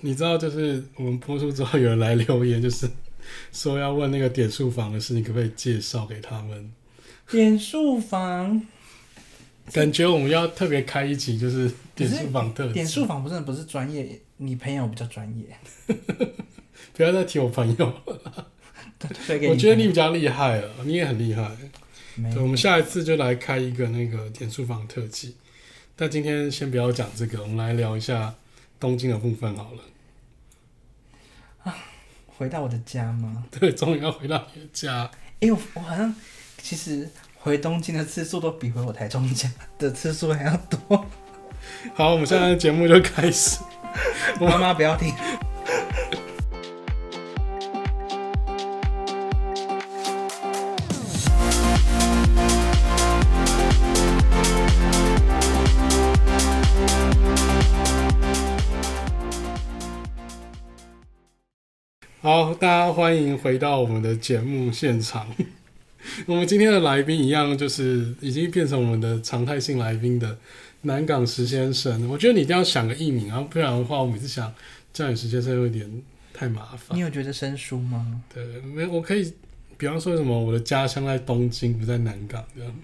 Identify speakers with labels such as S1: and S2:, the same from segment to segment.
S1: 你知道，就是我们播出之后，有人来留言，就是说要问那个点数房的事，你可不可以介绍给他们？
S2: 点数 房，
S1: 感觉我们要特别开一集，就是点数房特辑
S2: 点数，房不真的不是专业，你朋友比较专 业，
S1: 不要再提我朋友，
S2: 推给
S1: 我觉得你比较厉害了，你也很厉害。
S2: 没
S1: 对，我们下一次就来开一个那个点数房特辑。但今天先不要讲这个，我们来聊一下东京的部分好了。
S2: 回到我的家吗？
S1: 对，终于要回到你的家，
S2: 哎、我我好像其实回东京的次数都比回我台中家的次数还要 多。
S1: 好，我们现在节目就开始。我
S2: 妈妈不要听。
S1: 好，大家欢迎回到我们的节目现场。 我们今天的来宾一样，就是已经变成我们的常态性来宾的南港石先生。我觉得你一定要想个艺名啊，不然的话，我每次想叫你石先生有点太麻
S2: 你
S1: 烦。
S2: 有觉得生疏吗？
S1: 对，没，我可以，比方说什么，我的家乡在东京，不在南港这样。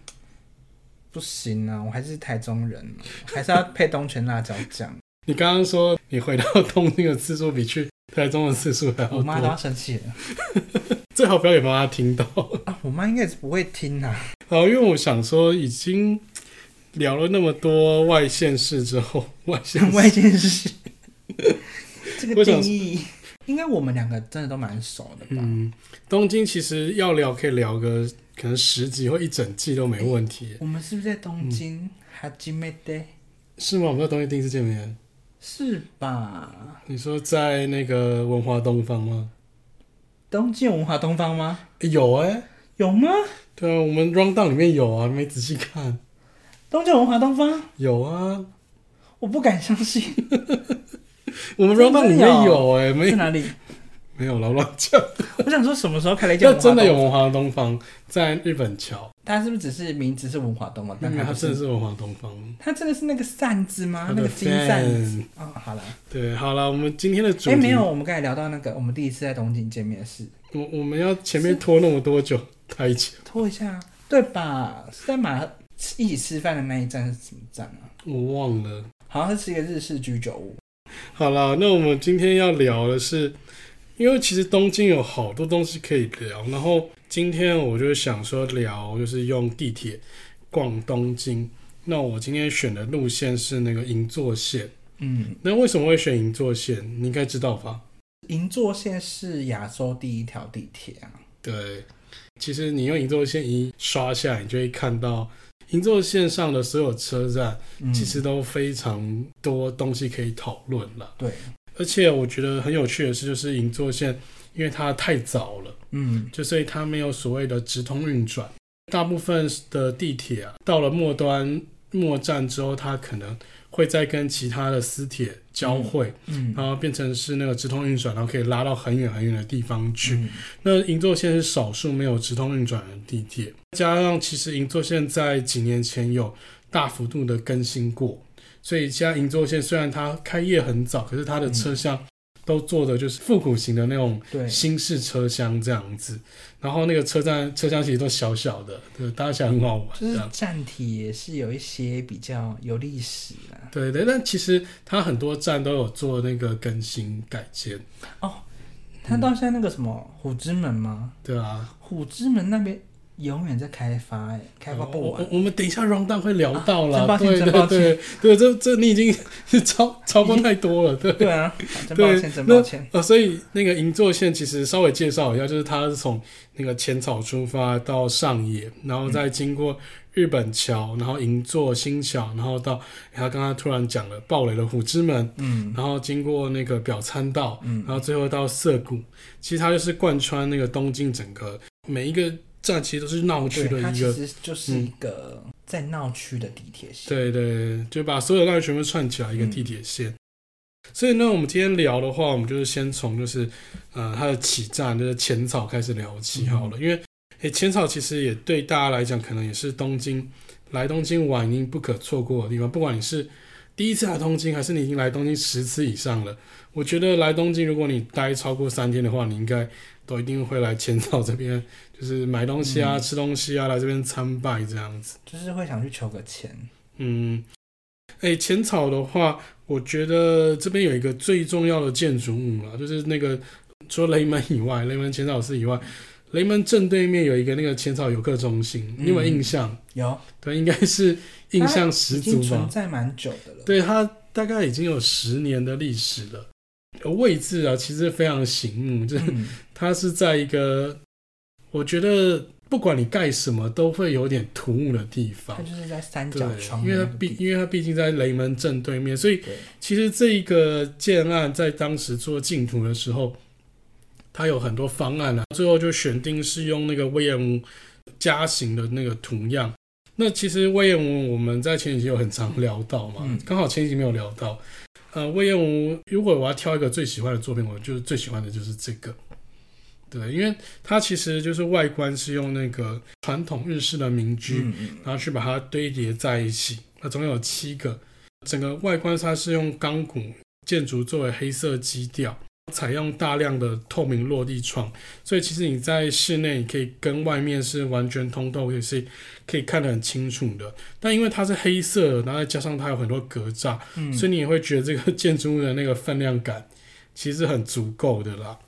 S2: 不行啊，我还是台中人，还是要配东泉辣椒 酱。
S1: 你刚刚说你回到东京的次数比去台中的次数还要
S2: 我妈都要
S1: 多，
S2: 生气了
S1: 最好不要给妈妈听到。
S2: 啊！我妈应该也是不会听啊。
S1: 好，因为我想说，已经聊了那么多外县市之后， 外县
S2: 另外一
S1: 市
S2: 件事，这个
S1: 我想
S2: 定义，应该我们两个真的都蛮熟的吧？
S1: 嗯，东京其实要聊可以聊个可能十集或一整季都没问题，
S2: 我们是不是在东京？哈基梅德
S1: 是吗？我们在东京第一次见面，
S2: 是吧？
S1: 你说在那个文化东方吗？
S2: 东京有文化东方吗？
S1: 诶有哎、
S2: 有啊吗？
S1: 对啊，我们 round down 里面有啊，没仔细看，
S2: 东京有文化东方，
S1: 有啊，
S2: 我不敢相信，
S1: 我们
S2: 真
S1: round
S2: 的
S1: down 里面
S2: 有
S1: 有哎、
S2: 在
S1: 没
S2: 哪里？
S1: 没有啦乱讲，
S2: 我想说什么时候开了一间
S1: 要
S2: 文化
S1: 真
S2: 东
S1: 的
S2: 方？
S1: 有文化东方在日本桥，
S2: 它是不是只是名字是文化东方？但
S1: 嗯，
S2: 它
S1: 它
S2: 不
S1: 真的
S2: 是，
S1: 是文化东方。
S2: 它真的是那个扇子吗
S1: 它？
S2: 那
S1: 的
S2: 个金扇子
S1: fan
S2: 哦，好了，
S1: 对，好了，我们今天的主题，
S2: 哎，没有，我们刚才聊到那个我们第一次在东京见面的事，
S1: 我我们要前面拖那么多久太久，
S2: 拖一下，对吧？是在马一起吃饭的那一站是什么站啊？
S1: 我忘了。
S2: 好像是一个日式居酒屋，
S1: 好了，那我们今天要聊的是，因为其实东京有好多东西可以聊，然后今天我就想说聊，就是用地铁逛东京。那我今天选的路线是那个银座线，
S2: 嗯，
S1: 那为什么会选银座线？你应该知道吧？
S2: 银座线是亚洲第一条地铁啊。
S1: 对，其实你用银座线一刷下来，你就会看到银座线上的所有车站
S2: 嗯
S1: 其实都非常多东西可以讨论了。
S2: 对，
S1: 而且我觉得很有趣的是，就是银座线，因为它太早了，
S2: 嗯，
S1: 就所以它没有所谓的直通运转。大部分的地铁啊，到了末端末站之后，它可能会再跟其他的私铁交汇，
S2: 嗯
S1: 然后变成是那个直通运转，然后可以拉到很远很远的地方去。
S2: 嗯
S1: 那银座线是少数没有直通运转的地铁，加上其实银座线在几年前有大幅度的更新过，所以现在银座线虽然它开业很早，可是它的车厢都做的就是复古型的那种
S2: 对，
S1: 新式车厢这样子，然后那个车站车厢其实都小小的，对，搭起来很好玩
S2: 嗯就
S1: 这
S2: 是
S1: 样。
S2: 站体也是有一些比较有历史啊。
S1: 对对，但其实它很多站都有做那个更新改建，嗯
S2: 它到现在那个什么虎之门吗？
S1: 对啊，
S2: 虎之门那边永远在开发、哎，开发
S1: 嗯我
S2: 不完
S1: 我。我们等一下 round down 会聊到啦，
S2: 啊真抱歉
S1: 对
S2: 真
S1: 对
S2: 抱歉
S1: 对对，这这你已经 超超过太多了，对。
S2: 对啊，啊真抱
S1: 哦对
S2: 歉，真
S1: 那
S2: 抱歉。
S1: 呃，所以那个银座线其实稍微介绍一下，就是它是从那个浅草出发到上野，然后再经过日本桥，然后银座新桥，然后到哎他刚刚突然讲了暴雷的虎之门，
S2: 嗯
S1: 然后经过那个表参道，
S2: 嗯
S1: 然后最后到涩谷，其实它就是贯穿那个东京整个每一个站，其实都是闹区的
S2: 对，它
S1: 一
S2: 其
S1: 个。嗯
S2: 实就是一个在闹区的地铁线。
S1: 对对，就把所有浪全部串起来一个
S2: 嗯
S1: 地铁线。所以呢，我们今天聊的话，我们就是先从就是呃它的起站就是浅草开始聊起好
S2: 嗯
S1: 了，因为诶浅草其实也对大家来讲，可能也是东京来东京玩一定不可错过的地方，不管你是。第一次来东京，还是你已经来东京十次以上了？我觉得来东京，如果你待超过三天的话，你应该都一定会来浅草这边，就是买东西啊、
S2: 嗯
S1: 吃东西啊，来这边参拜这样子。
S2: 就是会想去求个签。
S1: 嗯，哎、浅草的话，我觉得这边有一个最重要的建筑物啊，就是那个除了雷门以外，雷门浅草寺以外，雷门正对面有一个那个浅草游客中心，你有没有
S2: 嗯
S1: 印象？
S2: 有，
S1: 对，应该是印象十
S2: 已
S1: 足
S2: 经存
S1: 吧。
S2: 在蛮久的了。，
S1: 对，它大概已经有十年的历史了。呃位置啊，其实非常醒目，就是
S2: 嗯，
S1: 它是在一个，我觉得不管你盖什么，都会有点突兀的地方
S2: 它。就是在三角
S1: 对，
S2: 窗
S1: 因为
S2: 的那
S1: 它
S2: 个
S1: 毕
S2: 地，
S1: 因为它毕竟在雷门正对面，所以
S2: 对，
S1: 其实这一个建案在当时做净土的时候，它有很多方案啊，最后就选定是用那个威严屋加型的那个图样。那其实威严屋我们在前几集有很常聊到嘛
S2: 嗯，
S1: 刚、好前几集没有聊到。呃，威严屋如果我要挑一个最喜欢的作品，我就是最喜欢的就是这个。对，因为它其实就是外观是用那个传统日式的民居，
S2: 嗯嗯
S1: 然后去把它堆叠在一起。那总共有七个，整个外观它是用钢骨建筑作为黑色基调，采用大量的透明落地窗，所以其实你在室内你可以跟外面是完全通透，也是可以看得很清楚的。但因为它是黑色的，然后再加上它有很多格栅，
S2: 嗯，
S1: 所以你也会觉得这个建筑物的那个分量感 其实很足够的啦。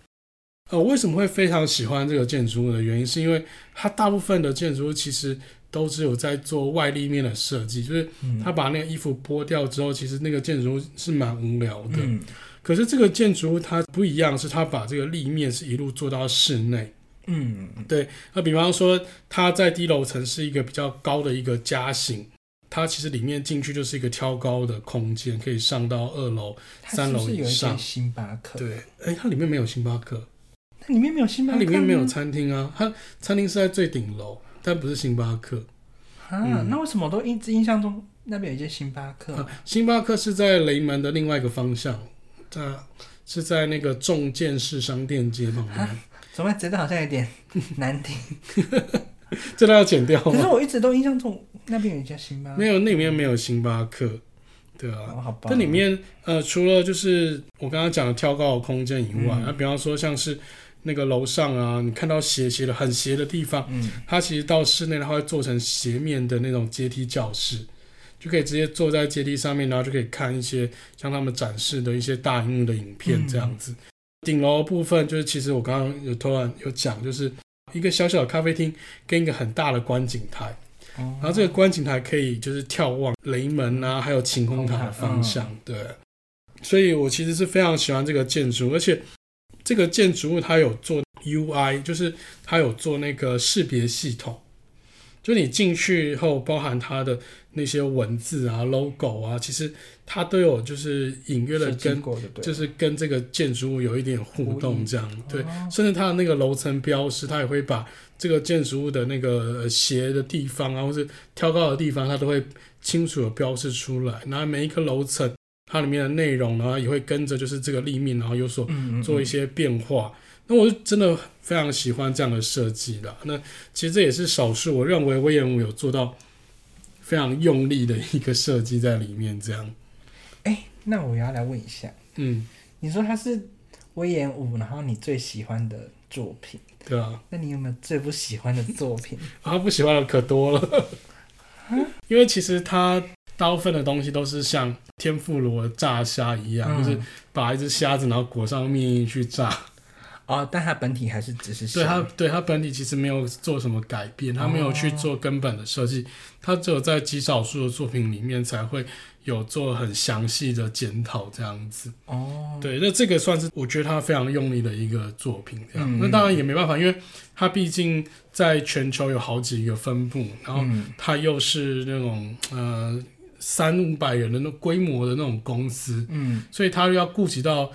S1: 呃，我为什么会非常喜欢这个建筑物的原因，是因为它大部分的建筑物其实都只有在做外立面的设计，就是
S2: 嗯
S1: 它把那个衣服剥掉之后，其实那个建筑物是蛮无聊的。
S2: 嗯
S1: 可是这个建筑物它不一样，是它把这个立面是一路做到室内。
S2: 嗯嗯
S1: 那比方说，它在低楼层是一个比较高的一个家型，它其实里面进去就是一个挑高的空间，可以上到二楼。
S2: 它
S1: 三
S2: 是
S1: 楼
S2: 不是
S1: 以
S2: 有一
S1: 上
S2: 间星巴克？，
S1: 对，哎，它里面没有星巴克，
S2: 它里面没有星巴
S1: 它
S2: 克吗，
S1: 里面没有餐厅啊，它餐厅是在最顶楼，但不是星巴克。
S2: 啊，
S1: 嗯
S2: 那为什么我都一直印象中那边有一间星巴克？
S1: 啊星巴克是在雷门的另外一个方向，它是在那个重建式商店街旁边，
S2: 怎么觉得好像有点 难听？
S1: 这段要剪掉
S2: 可是
S1: 吗？
S2: 我一直都印象中那边有一家星巴克
S1: 没。有，那里面没有星巴克，对啊。
S2: 哦好吧。
S1: 这里面呃，除了就是我刚刚讲的挑高的空间以外，
S2: 嗯
S1: 那、比方说像是那个楼上啊，你看到斜斜的很斜的地方，
S2: 嗯，
S1: 它其实到室内它会做成斜面的那种阶梯教室，就可以直接坐在阶梯上面，然后就可以看一些像他们展示的一些大荧幕的影片这样子。顶楼的部分就是，其实我刚刚有突然有讲，就是一个小小的咖啡厅跟一个很大的观景台，
S2: 哦
S1: 然后这个观景台可以就是眺望雷门啊，还有晴空塔的方向，
S2: 嗯
S1: 对。所以我其实是非常喜欢这个建筑，而且这个建筑物它有做 UI，就是它有做那个识别系统，就你进去后，包含它的那些文字啊、logo 啊，其实它都有就是隐约的
S2: 设计
S1: 跟
S2: 过的对了，
S1: 就是跟这个建筑物有一点互动这样，对。
S2: 哦
S1: 甚至它的那个楼层标识，它也会把这个建筑物的那个呃斜的地方啊，或是挑高的地方，它都会清楚的标示出来。然后每一个楼层，它里面的内容呢，也会跟着就是这个立面，然后有所
S2: 嗯嗯
S1: 做一些变化。那我是真的非常喜欢这样的设计的。那其实这也是少数我认为威廉姆有做到非常用力的一个设计在里面。这样，
S2: 哎、那我要来问一下，
S1: 嗯，
S2: 你说它是威严舞，然后你最喜欢的作品，
S1: 对啊，
S2: 那你有没有最不喜欢的作品？
S1: 他不喜欢的可多了，
S2: 嗯
S1: 因为其实他大部分的东西都是像天妇罗炸虾一样，就是
S2: 嗯
S1: 把一只虾子然后裹上面衣去炸。
S2: 哦，但它本体还是只是
S1: 对它
S2: 它，
S1: 对它本体其实没有做什么改变，它没有去做根本的设
S2: 哦
S1: 计，它只有在极少数的作品里面才会有做很详细的检讨这样子。
S2: 哦，
S1: 对，那这个算是我觉得他非常用力的一个作品。这样，
S2: 嗯
S1: 那当然也没办法，因为它毕竟在全球有好几个分布，然后
S2: 嗯
S1: 它又是那种呃三五百人的那规模的那种公司，
S2: 嗯
S1: 所以它要顾及到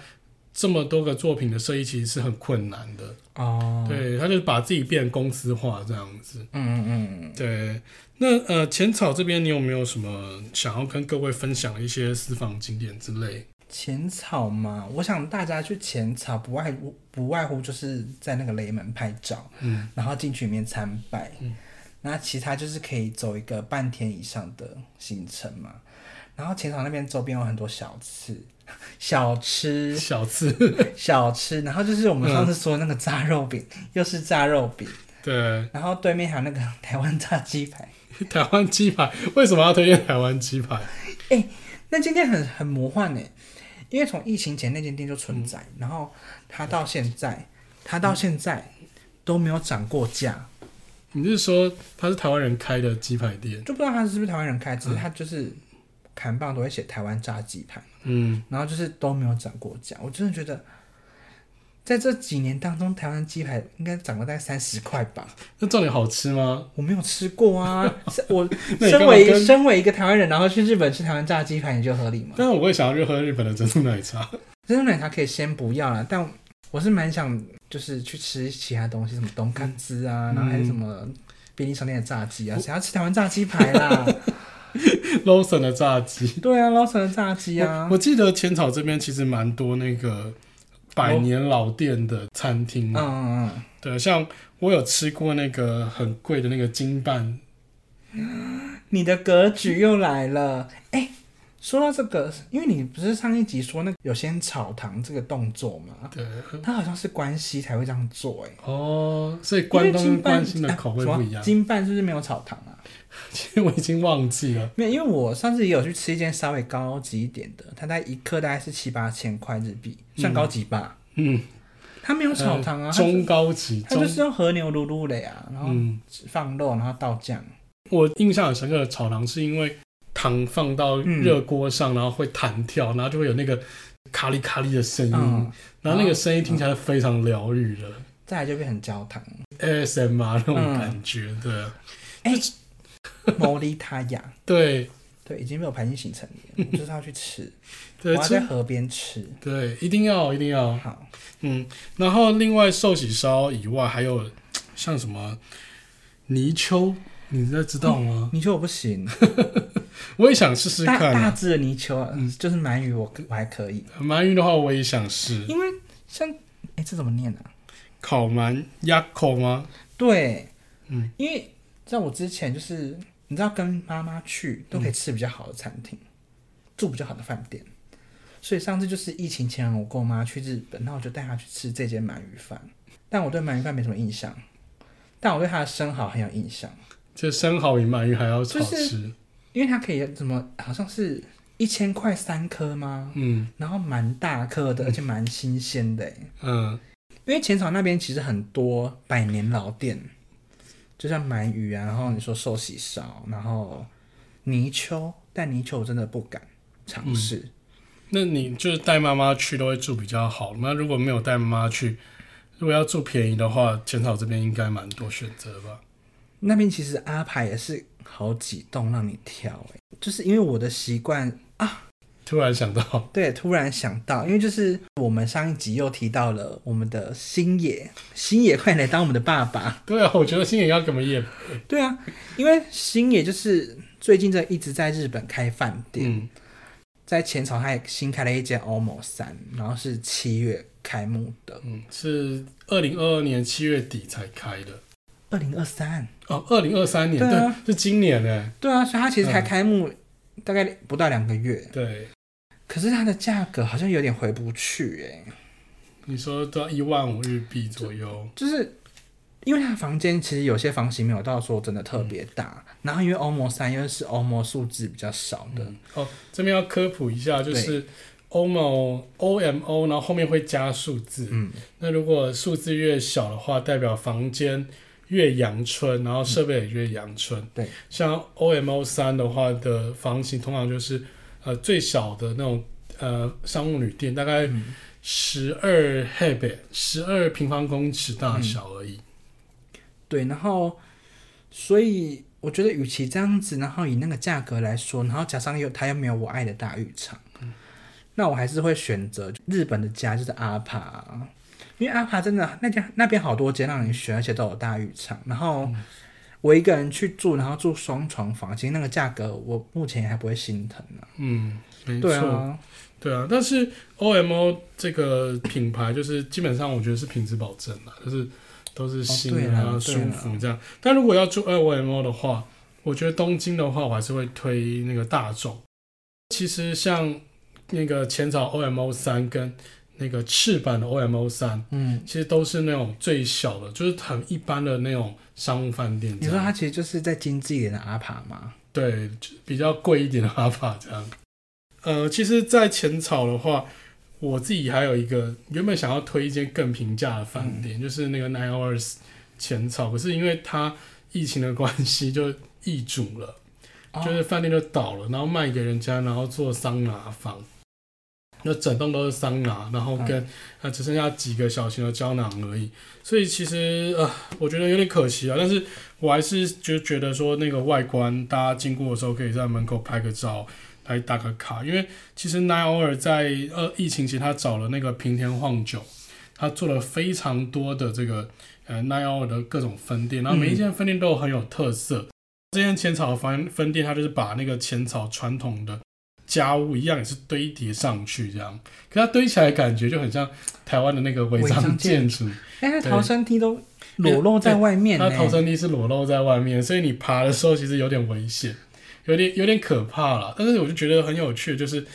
S1: 这么多个作品的设计，其实是很困难的。
S2: 哦，，
S1: 对，他就把自己变公司化这样子。
S2: 嗯嗯嗯，
S1: 对，那呃，浅草这边你有没有什么想要跟各位分享的一些私房景点之类？
S2: 浅草嘛，我想大家去浅草不外乎不外乎就是在那个雷门拍照，
S1: 嗯，
S2: 然后进去里面参拜，
S1: 嗯
S2: 那其他就是可以走一个半天以上的行程嘛。然后浅草那边周边有很多小吃， 小 吃，
S1: 小次，
S2: 小吃，然后就是我们上次说的那个炸肉饼，又是炸肉饼，
S1: 对，
S2: 然后对面还有那个 台湾炸鸡排。
S1: 台湾鸡排为什么要推荐台湾鸡排？
S2: 那间店很很魔幻呢，因为从疫情前那间店就存在，
S1: 嗯
S2: 然后它到现在，它到现在都没有涨过价，
S1: 你是说它是台湾人开的鸡排店？
S2: 就不知道它是不是台湾人开，只是它就是砍棒都会写台湾炸鸡排，
S1: 嗯，
S2: 然后就是都没有涨过价。我真的觉得，在这几年当中，台湾鸡排应该涨了大概三十块吧，
S1: 那重点好吃吗？
S2: 我没有吃过啊。是我
S1: 那你
S2: 身
S1: 干嘛
S2: 为
S1: 跟
S2: 身为一个台湾人，然后去日本吃台湾炸鸡排，你觉得合理吗？
S1: 但是我会想要去喝日本的珍珠奶茶。
S2: 珍珠奶茶可以先不要了，但我是蛮想就是去吃其他东西，什么东干汁啊，
S1: 嗯
S2: 然后还有什么便利商店的炸鸡啊，谁要吃台湾炸鸡排啦？
S1: Lawson 的炸鸡
S2: 对啊，Lawson 的炸鸡啊
S1: 我，我记得浅草这边其实蛮多那个百年老店的餐厅
S2: 嗯
S1: 啊，
S2: 嗯嗯，
S1: 对，像我有吃过那个很贵的那个金办，
S2: 你的格局又来了，哎、说到这个，因为你不是上一集说那个有先炒糖这个动作嘛，
S1: 对，
S2: 它好像是关西才会这样做、哎，
S1: 哦，所以关东跟关西
S2: 心
S1: 的口味不一样。
S2: 啊金办是不是没有炒糖啊？
S1: 其 实我已经忘记了，
S2: 没有，因为我上次也有去吃一间稍微高级一点的，它大概一克大概是七八千块日币，算高级吧。
S1: 嗯，
S2: 它没有炒糖啊，
S1: 呃
S2: 它就
S1: 中高级，
S2: 它
S1: 中
S2: 就是哦用和牛噜噜的呀，然后
S1: 嗯，
S2: 放肉，然后倒酱。
S1: 我印象很深刻的炒糖是因为糖放到
S2: 嗯
S1: 热锅上，然后会弹跳，然后就会有那个咔哩咔哩的声音，
S2: 嗯，
S1: 然后那个声音听起来非常疗愈的、
S2: 再来就变成焦 糖，嗯
S1: ASMR 那种感觉，对啊
S2: 摩利塔雅，
S1: 对
S2: 对，已经被我排进行程里了，我就是要去吃，我
S1: 对
S2: 要在
S1: 这
S2: 河边吃。
S1: 对，一定要一定要，
S2: 好，
S1: 嗯，然后另外寿喜烧以外，还有像什么泥鳅，你这知道吗？
S2: 泥鳅我 不行，
S1: 我也想试试
S2: 大
S1: 看、
S2: 嗯大
S1: 啊，
S2: 只的泥鳅啊，就是鳗鱼我我还可以，
S1: 鳗鱼的话我也想试，
S2: 因为像哎这怎么念啊？
S1: 烤鳗鸭口吗？
S2: 对，
S1: 嗯，
S2: 因为在我之前就是你知道跟妈妈去都可以吃比较好的餐厅，住比较好的饭店，所以上次就是疫情前我跟我妈去日本，那我就带她去吃这间鳗鱼饭，但我对鳗鱼饭没什么印象，但我对它的生蚝很有印象，
S1: 这生蚝比鳗鱼还要好吃，
S2: 就是因为它可以怎么好像是一千块三颗吗？
S1: 嗯
S2: 然后蛮大颗的，而且蛮新鲜的欸，
S1: 嗯，
S2: 因为浅草那边其实很多百年老店，就像鳗鱼啊，然后你说寿喜烧，然后泥鳅，但泥鳅我真的不敢尝试。
S1: 那你就是带妈妈去都会住比较好那如果没有带妈妈去，如果要住便宜的话，浅草这边应该蛮多选择吧？
S2: 那边其实阿排也是好几栋让你挑、欸，就是因为我的习惯。啊
S1: 突然想到，
S2: 对，突然想到，因为就是我们上一集又提到了我们的星野，星野快来当我们的爸爸。
S1: 对啊，我觉得星野要给我们夜，
S2: 对啊，因为星野就是最近这一直在日本开饭店，
S1: 嗯
S2: 在浅草他也新开了一间 OMO 三，然后是七月开幕的，
S1: 嗯，是二零二二年七月底才开的，
S2: 二零二三。
S1: 哦，二零二三年，
S2: 对
S1: 对
S2: 啊，
S1: 是今年呢，
S2: 对啊，所以它其实才
S1: 嗯
S2: 开幕大概不到两个月，
S1: 对，
S2: 可是它的价格好像有点回不去哎、
S1: 你说都要一万五日币左右，
S2: 就是因为它的房间其实有些房型没有到说真的特别大，然后因为 OMO 三又是 OMO 数字比较少的，
S1: 嗯，哦，这边要科普一下，就是。OMO OMO，然后后面会加数字，
S2: 嗯，
S1: 那如果数字越小的话，代表房间越阳春，然后设备也越阳春。
S2: 对，
S1: 像 OMO 三的话的房型通常就是呃最小的那种呃商务旅店，大概
S2: 嗯
S1: 十二 h e b 十二平方公尺大小而已。
S2: 对，然后所以我觉得，与其这样子，然后以那个价格来说，然后加上又它又没有我爱的大浴场，
S1: 嗯
S2: 那我还是会选择日本的家，就是阿帕，因为阿帕真的那家那边好多间让你选，而且都有大浴场。然后
S1: 嗯
S2: 我一个人去住，然后住双床房，其实那个价格我目前还不会心疼呢、
S1: 嗯，没错，
S2: 对啊，
S1: 对啊。但是 OMO 这个品牌就是基本上我觉得是品质保证啦，就是都是新
S2: 对
S1: 的、
S2: 啦
S1: 然后
S2: 哦对啊
S1: 舒
S2: 啦
S1: 服这样。但如果要住 OMO 的话，我觉得东京的话，我还是会推那个大众。其实像那个前朝 OMO 三跟那个赤版的 OMO 三，
S2: 嗯，
S1: 其实都是那种最小的，就是很一般的那种商务饭店这
S2: 你
S1: 样。
S2: 说它其实就是在精致一点的阿帕吗？
S1: 对，就比较贵一点的阿法这样。呃，其实，在浅草的话，我自己还有一个原本想要推一间更平价的饭店，就是那个 Nine Hours 浅草，可是因为它疫情的关系就易主了，
S2: 哦
S1: 就是饭店就倒了，然后卖给人家，然后做桑拿房。那整栋都是桑拿，然
S2: 哦嗯
S1: 后跟啊只剩下几个小型的胶囊而已，所以其实呃，我觉得有点可惜啊。但是我还是就觉得说，那个外观，大家经过的时候可以在门口拍个照，来打个卡。因为其实奈欧尔在呃疫情前，他找了那个平田晃久，他做了非常多的这个呃奈欧尔的各种分店，然后每一间分店都很有特色。这间浅草分分店，它就是把那个浅草传统的家屋一样，也是堆叠上去这样，可它堆起来的感觉就很像台湾的那个违
S2: 违
S1: 章
S2: 章
S1: 建
S2: 建
S1: 筑。
S2: 哎、它
S1: 对
S2: 逃生梯都裸露在外面、
S1: 它
S2: 呢。
S1: 逃生梯是裸露在外面，所以你爬的时候其实有点危险，有点有点可怕了。但是我就觉得很有趣，就是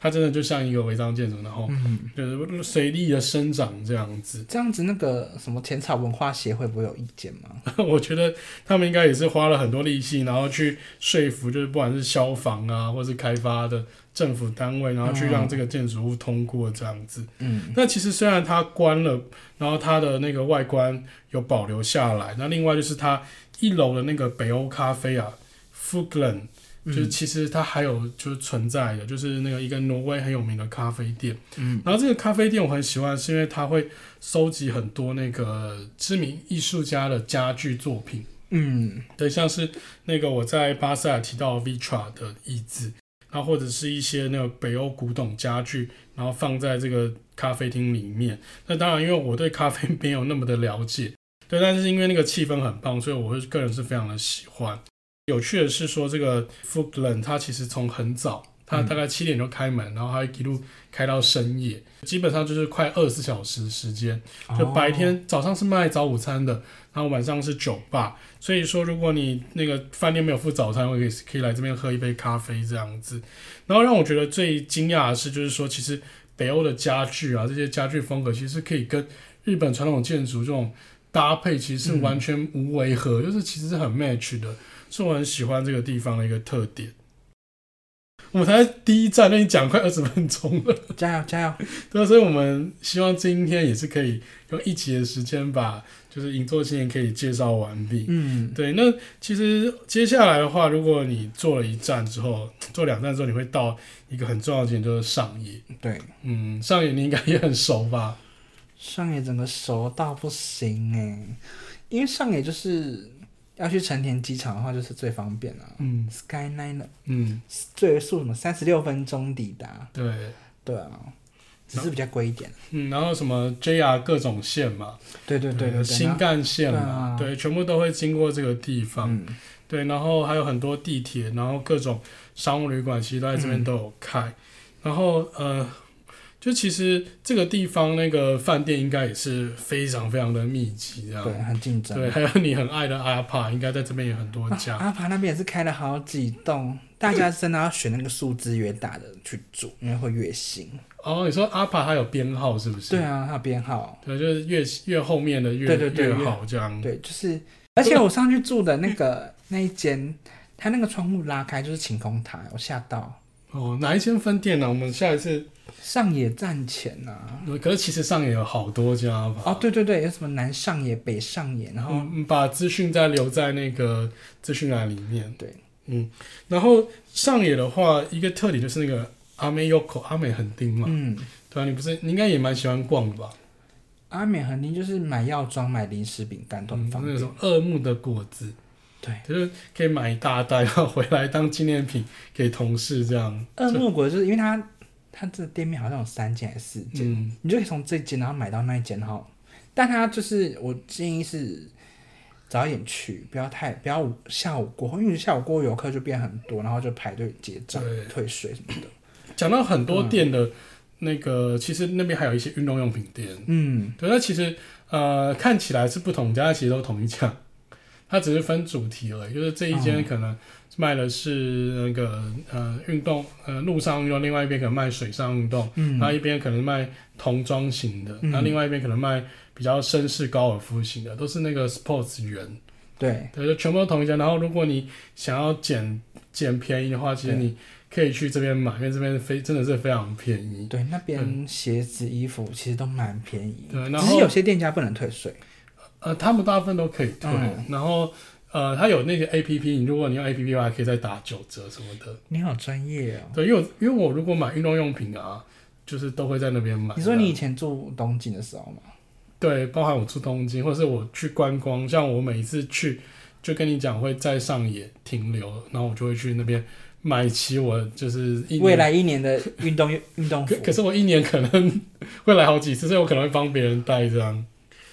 S1: 它真的就像一个违章建筑，然后
S2: 嗯，
S1: 就是随意的生长这样子。
S2: 这样子那个什么浅草文化协会不会有意见吗？
S1: 我觉得他们应该也是花了很多力气，然后去说服，就是不管是消防啊，或是开发的政府单位，然后去
S2: 哦
S1: 让这个建筑物通过这样子。
S2: 嗯，
S1: 那其实虽然它关了，然后它的那个外观有保留下来，那另外就是它一楼的那个北欧咖啡啊 f u g l a n
S2: 嗯
S1: 就是其实它还有就是存在的，就是那个一个挪威很有名的咖啡店。
S2: 嗯
S1: 然后这个咖啡店我很喜欢，是因为它会收集很多那个知名艺术家的家具作品。
S2: 嗯
S1: 对，像是那个我在巴塞尔提到的 Vitra 的椅子，然后或者是一些那个北欧古董家具，然后放在这个咖啡厅里面。那当然，因为我对咖啡没有那么的了解，对，但是因为那个气氛很棒，所以我会个人是非常的喜欢。有趣的是说，这个 f o o d l a n 它其实从很早，它
S2: 嗯
S1: 大概七点就开门，然后它一路开到深夜，基本上就是快二十四小时时间。
S2: 哦
S1: 就白天、早上是卖早午餐的，然后晚上是酒吧。所以说，如果你那个饭店没有付早餐，我也可以可以来这边喝一杯咖啡这样子。然后让我觉得最惊讶的是，就是说，其实北欧的家具啊，这些家具风格其实可以跟日本传统建筑这种搭配，其实是完全无违和，就是其实是很 match 的，是我很喜欢这个地方的一个特点。我们才第一站，那你讲快二十分钟了。
S2: 哦加油加油！
S1: 对，啊所以我们希望今天也是可以用一集的时间把就是银座青年可以介绍完毕。
S2: 嗯，
S1: 对，那其实接下来的话，如果你做了一站之后，做两站之后，你会到一个很重要的点，就是上野。
S2: 对，
S1: 嗯，上野你应该也很熟吧？
S2: 上野整个熟到不行哎、因为上野就是要去成田机场的话，就是最方便了、
S1: 嗯
S2: Skyline
S1: 嗯，
S2: 最速什么三十六分钟抵达，
S1: 对，
S2: 对啊，只是比较贵一点。
S1: 嗯，然后什么 JR 各种线嘛，
S2: 对对对对对，
S1: 新干线嘛，
S2: 对啊
S1: 对，全部都会经过这个地方。
S2: 嗯
S1: 对，然后还有很多地铁，然后各种商务旅馆其实都在这边
S2: 嗯
S1: 都有开。然后呃，就其实这个地方那个饭店应该也是非常非常的密集这样。
S2: 对，很竞争。
S1: 啊
S2: 啊
S1: 对，还有你很爱的阿帕，应该在这边也很多家。
S2: 阿帕那边也是开了好几栋，大家真的要选那个数字越大的去住，因为会越新。
S1: 哦，你说阿帕它有编号是不是？
S2: 对啊，它有编号。
S1: 对，就是越越后面的越
S2: 对对对
S1: 越
S2: 越
S1: 好这样。
S2: 对，就是，而且我上去住的那个 那一间，它那个窗户拉开就是晴空塔，我吓到。
S1: 哦，哪一间分店呢、我们下一次，
S2: 上野站前呐、
S1: 可是其实上也有好多家吧。
S2: 哦，对对对，有什么南上野、北上野，然后、
S1: 嗯，嗯把资讯再留在那个资讯栏里面。
S2: 对，
S1: 嗯，然后上野的话，一个特点就是那个阿美 Yoko 阿美横丁嘛，
S2: 嗯，
S1: 对啊，你不是你应该也蛮喜欢逛的吧？
S2: 阿美横丁就是买药妆、买零食、饼干都很
S1: 嗯，
S2: 方
S1: 那
S2: 便。
S1: 个什么二木的果子，
S2: 对，
S1: 就是可以买一大袋，然后回来当纪念品给同事这样。
S2: 恶木果就是因为它它这个店面好像有三间还是四间，
S1: 嗯，
S2: 你就可以从这间然后买到那一间，然后，但它就是我建议是早一点去，不要太不要下午过后，因为下午过后游客就变很多，然后就排队结账
S1: 对、
S2: 退税什么的。
S1: 讲到很
S2: 嗯
S1: 多店的那个，其实那边还有一些运动用品店，
S2: 嗯，
S1: 对，那其实呃看起来是不同家，但其实都同一家。它只是分主题了，就是这一
S2: 哦
S1: 间可能卖的是那个呃运动呃陆上运动，另外一边可能卖水上运动，
S2: 嗯
S1: 然后一边可能卖童装型的，
S2: 嗯
S1: 然后另外一边可能卖比较绅士高尔夫型的，都是那个 sports 园，
S2: 对，
S1: 对，就全部都同一家。然后如果你想要捡捡便宜的话，其实
S2: 对
S1: 你可以去这边买，因为这边非真的是非常便宜。
S2: 对，那边鞋子、衣服其实都蛮便宜，
S1: 嗯对然
S2: 只
S1: 后
S2: 是有些店家不能退税。
S1: 呃，他们大部分都可以退，
S2: 嗯
S1: 然后呃，它有那些 A P P，你如果你用 A P P 的话，还可以再打九折什么的。
S2: 你好专业哦！
S1: 对，因为我因为我如果买运动用品啊，就是都会在那边买。
S2: 你说你以前住东京的时候嘛，
S1: 对，包含我出东京，或者是我去观光，像我每一次去，就跟你讲会在上野停留，然后我就会去那边买齐我就是一年
S2: 未来一年的运动运动服
S1: 可，可是我一年可能 会来好几次，所以我可能会帮别人带这样，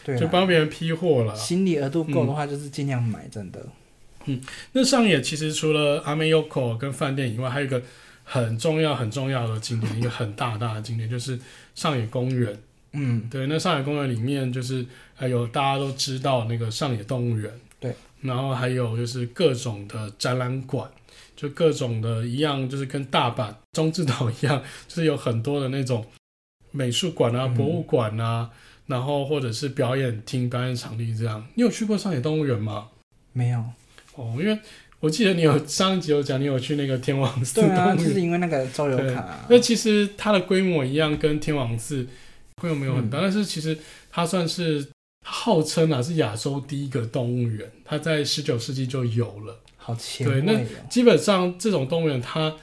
S2: 对啊
S1: 就
S2: 啦，
S1: 帮别人批货了。嗯
S2: 心理额度够的话，就是尽量买，真的。
S1: 那上野其实除了阿美 Yoko 跟饭店以外，还有一个很重要很重要的景点，一个很大大的景点就是上野公园。
S2: 嗯，
S1: 对，那上野公园里面就是还有大家都知道那个上野动物园，
S2: 对，
S1: 然后还有就是各种的展览馆，就各种的一样，就是跟大阪中之岛一样，就是有很多的那种美术馆啊、
S2: 嗯
S1: 博物馆啊，然后或者是表演厅、表演场地这样。你有去过上野动物园吗？
S2: 没有。
S1: 哦，因为我记得你有上一集有讲，你有去那个天王寺
S2: 对
S1: 动物园。
S2: 啊，就是因为那个周游卡啊、
S1: 那其实它的规模一样，跟天王寺规模没有很大，
S2: 嗯
S1: 但是其实它算是号称啊是亚洲第一个动物园，它在十九世纪就有了。
S2: 好前
S1: 对那
S2: 卫哦。
S1: 基本上这种动物园它，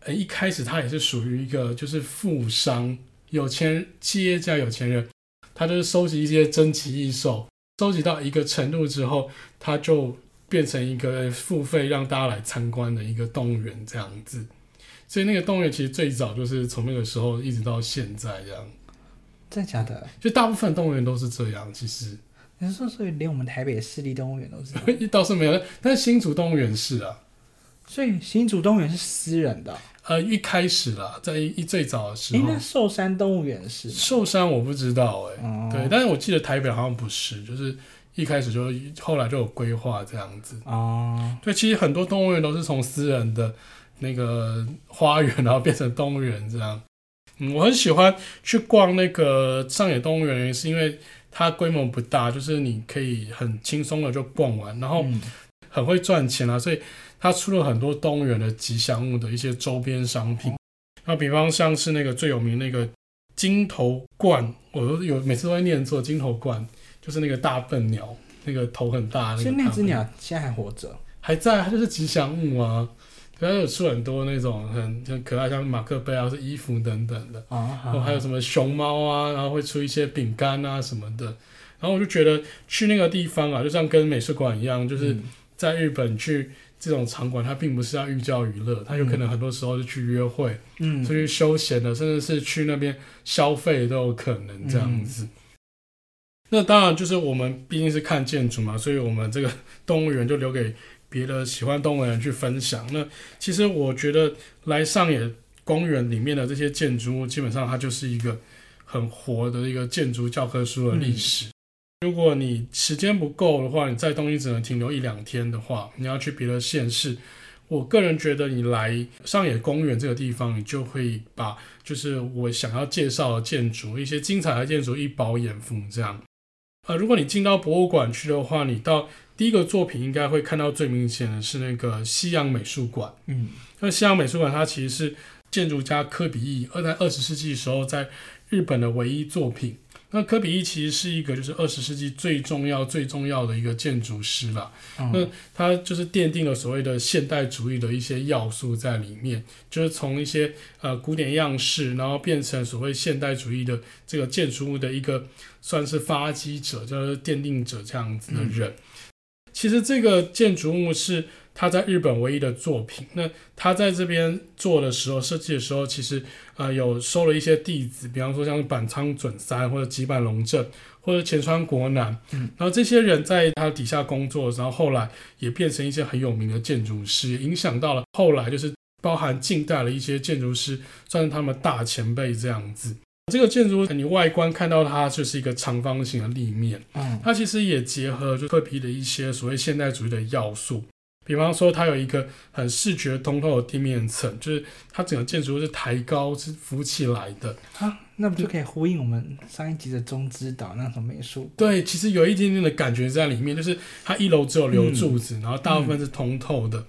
S1: 呃一开始它也是属于一个就是富商、有钱企业家、有钱人，他就是收集一些珍奇异兽，收集到一个程度之后，它就变成一个付费让大家来参观的一个动物园这样子。所以那个动物园其实最早就是从那个时候一直到现在这样，
S2: 真的假的？
S1: 就大部分动物园都是这样。其实
S2: 你是说，所以连我们台北市立动物园都是这样？
S1: 倒是没有，但是新竹动物园是啊，
S2: 所以新竹动物园是私人的、哦，
S1: 呃，一开始啦，在一一最早的时
S2: 哎、
S1: 候
S2: 那，寿山动物园是吗？
S1: 寿山我不知道哎、
S2: 哦，
S1: 对，但是我记得台北好像不是，就是一开始就后来就有规划这样子。
S2: 哦，
S1: 对，其实很多动物园都是从私人的那个花园，然后变成动物园这样。嗯，我很喜欢去逛那个上野动物园，是因为它规模不大，就是你可以很轻松的就逛完，然后
S2: 嗯
S1: 很会赚钱啊，所以它出了很多动物园的吉祥物的一些周边商品。那比方像是那个最有名那个金头冠，我都有每次都会念错金头冠，就是那个大笨鸟，那个头很大那
S2: 所
S1: 个
S2: 以
S1: 大笨鸟。
S2: 那只鸟现在还活着，
S1: 还在，它就是吉祥物啊。对，它有出很多那种很很可爱，像马克杯啊，或是衣服等等的。
S2: 哦，
S1: 然
S2: 好
S1: 后还有
S2: 好
S1: 什么熊猫啊，然后会出一些饼干啊什么的。然后我就觉得去那个地方啊，就像跟美术馆一样，就是
S2: 嗯
S1: 在日本去这种场馆，它并不是要寓教于乐，它有可能很多时候是去约会、
S2: 嗯，
S1: 出去休闲的，甚至是去那边消费都有可能这样子。那当然就是我们毕竟是看建筑嘛，所以我们这个动物园就留给别的喜欢动物的人去分享。那其实我觉得来上野公园里面的这些建筑物，基本上它就是一个很活的一个建筑教科书的历史。如果你时间不够的话，你在东京只能停留一两天的话，你要去别的县市。我个人觉得，你来上野公园这个地方，你就会把就是我想要介绍的建筑，一些精彩的建筑一饱眼福这样。呃，如果你进到博物馆去的话，你到第一个作品应该会看到最明显的是那个西洋美术馆。
S2: 嗯
S1: 那西洋美术馆它其实是建筑家科比意二在二十世纪时候在日本的唯一作品。那科比意其实是一个就是二十世纪最重要最重要的一个建筑师啦。
S2: 嗯
S1: 它就是奠定了所谓的现代主义的一些要素在里面，就是从一些呃古典样式，然后变成所谓现代主义的这个建筑物的一个算是发基者，就是奠定者这样子的人。其实这个建筑物是他在日本唯一的作品。那他在这边做的时候，设计的时候，其实呃有收了一些弟子，比方说像是板仓准三或者吉坂隆正或者前川国男，
S2: 嗯
S1: 然后这些人在他底下工作，然后后来。也变成一些很有名的建筑师，也影响到了后来就是包含近代的一些建筑师，算是他们大前辈这样子。这个建筑物，你外观看到它就是一个长方形的立面，
S2: 嗯
S1: 它其实也结合就特皮的一些所谓现代主义的要素，比方说它有一个很视觉通透的地面层，就是它整个建筑物是抬高是浮起来的。
S2: 啊，那不就可以呼应我们上一集的中之岛那种美术？
S1: 对，其实有一点点的感觉在里面，就是它一楼只有留柱子，然后大部分是通透的，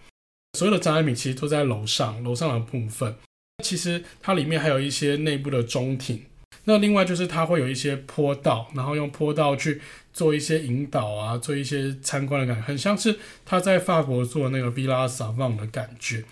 S1: 所有的展览品其实都在楼上，楼上的部分。其实它里面还有一些内部的中庭，那另外就是它会有一些坡道，然后用坡道去做一些引导啊，做一些参观的感觉，很像是他在法国做那个 Villa Savant 的感觉。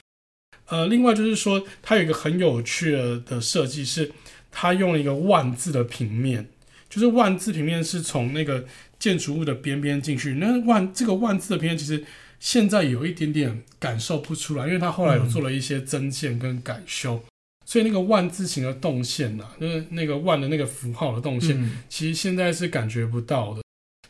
S1: 呃，另外就是说，它有一个很有趣的的设计是，它用了一个万字的平面，就是万字平面是从那个建筑物的边边进去。那万这个万字的平面其实现在有一点点感受不出来，因为它后来有做了一些增建跟改修，所以那个万字形的动线呐、就是那个万的那个符号的动线，
S2: 嗯
S1: 其实现在是感觉不到的。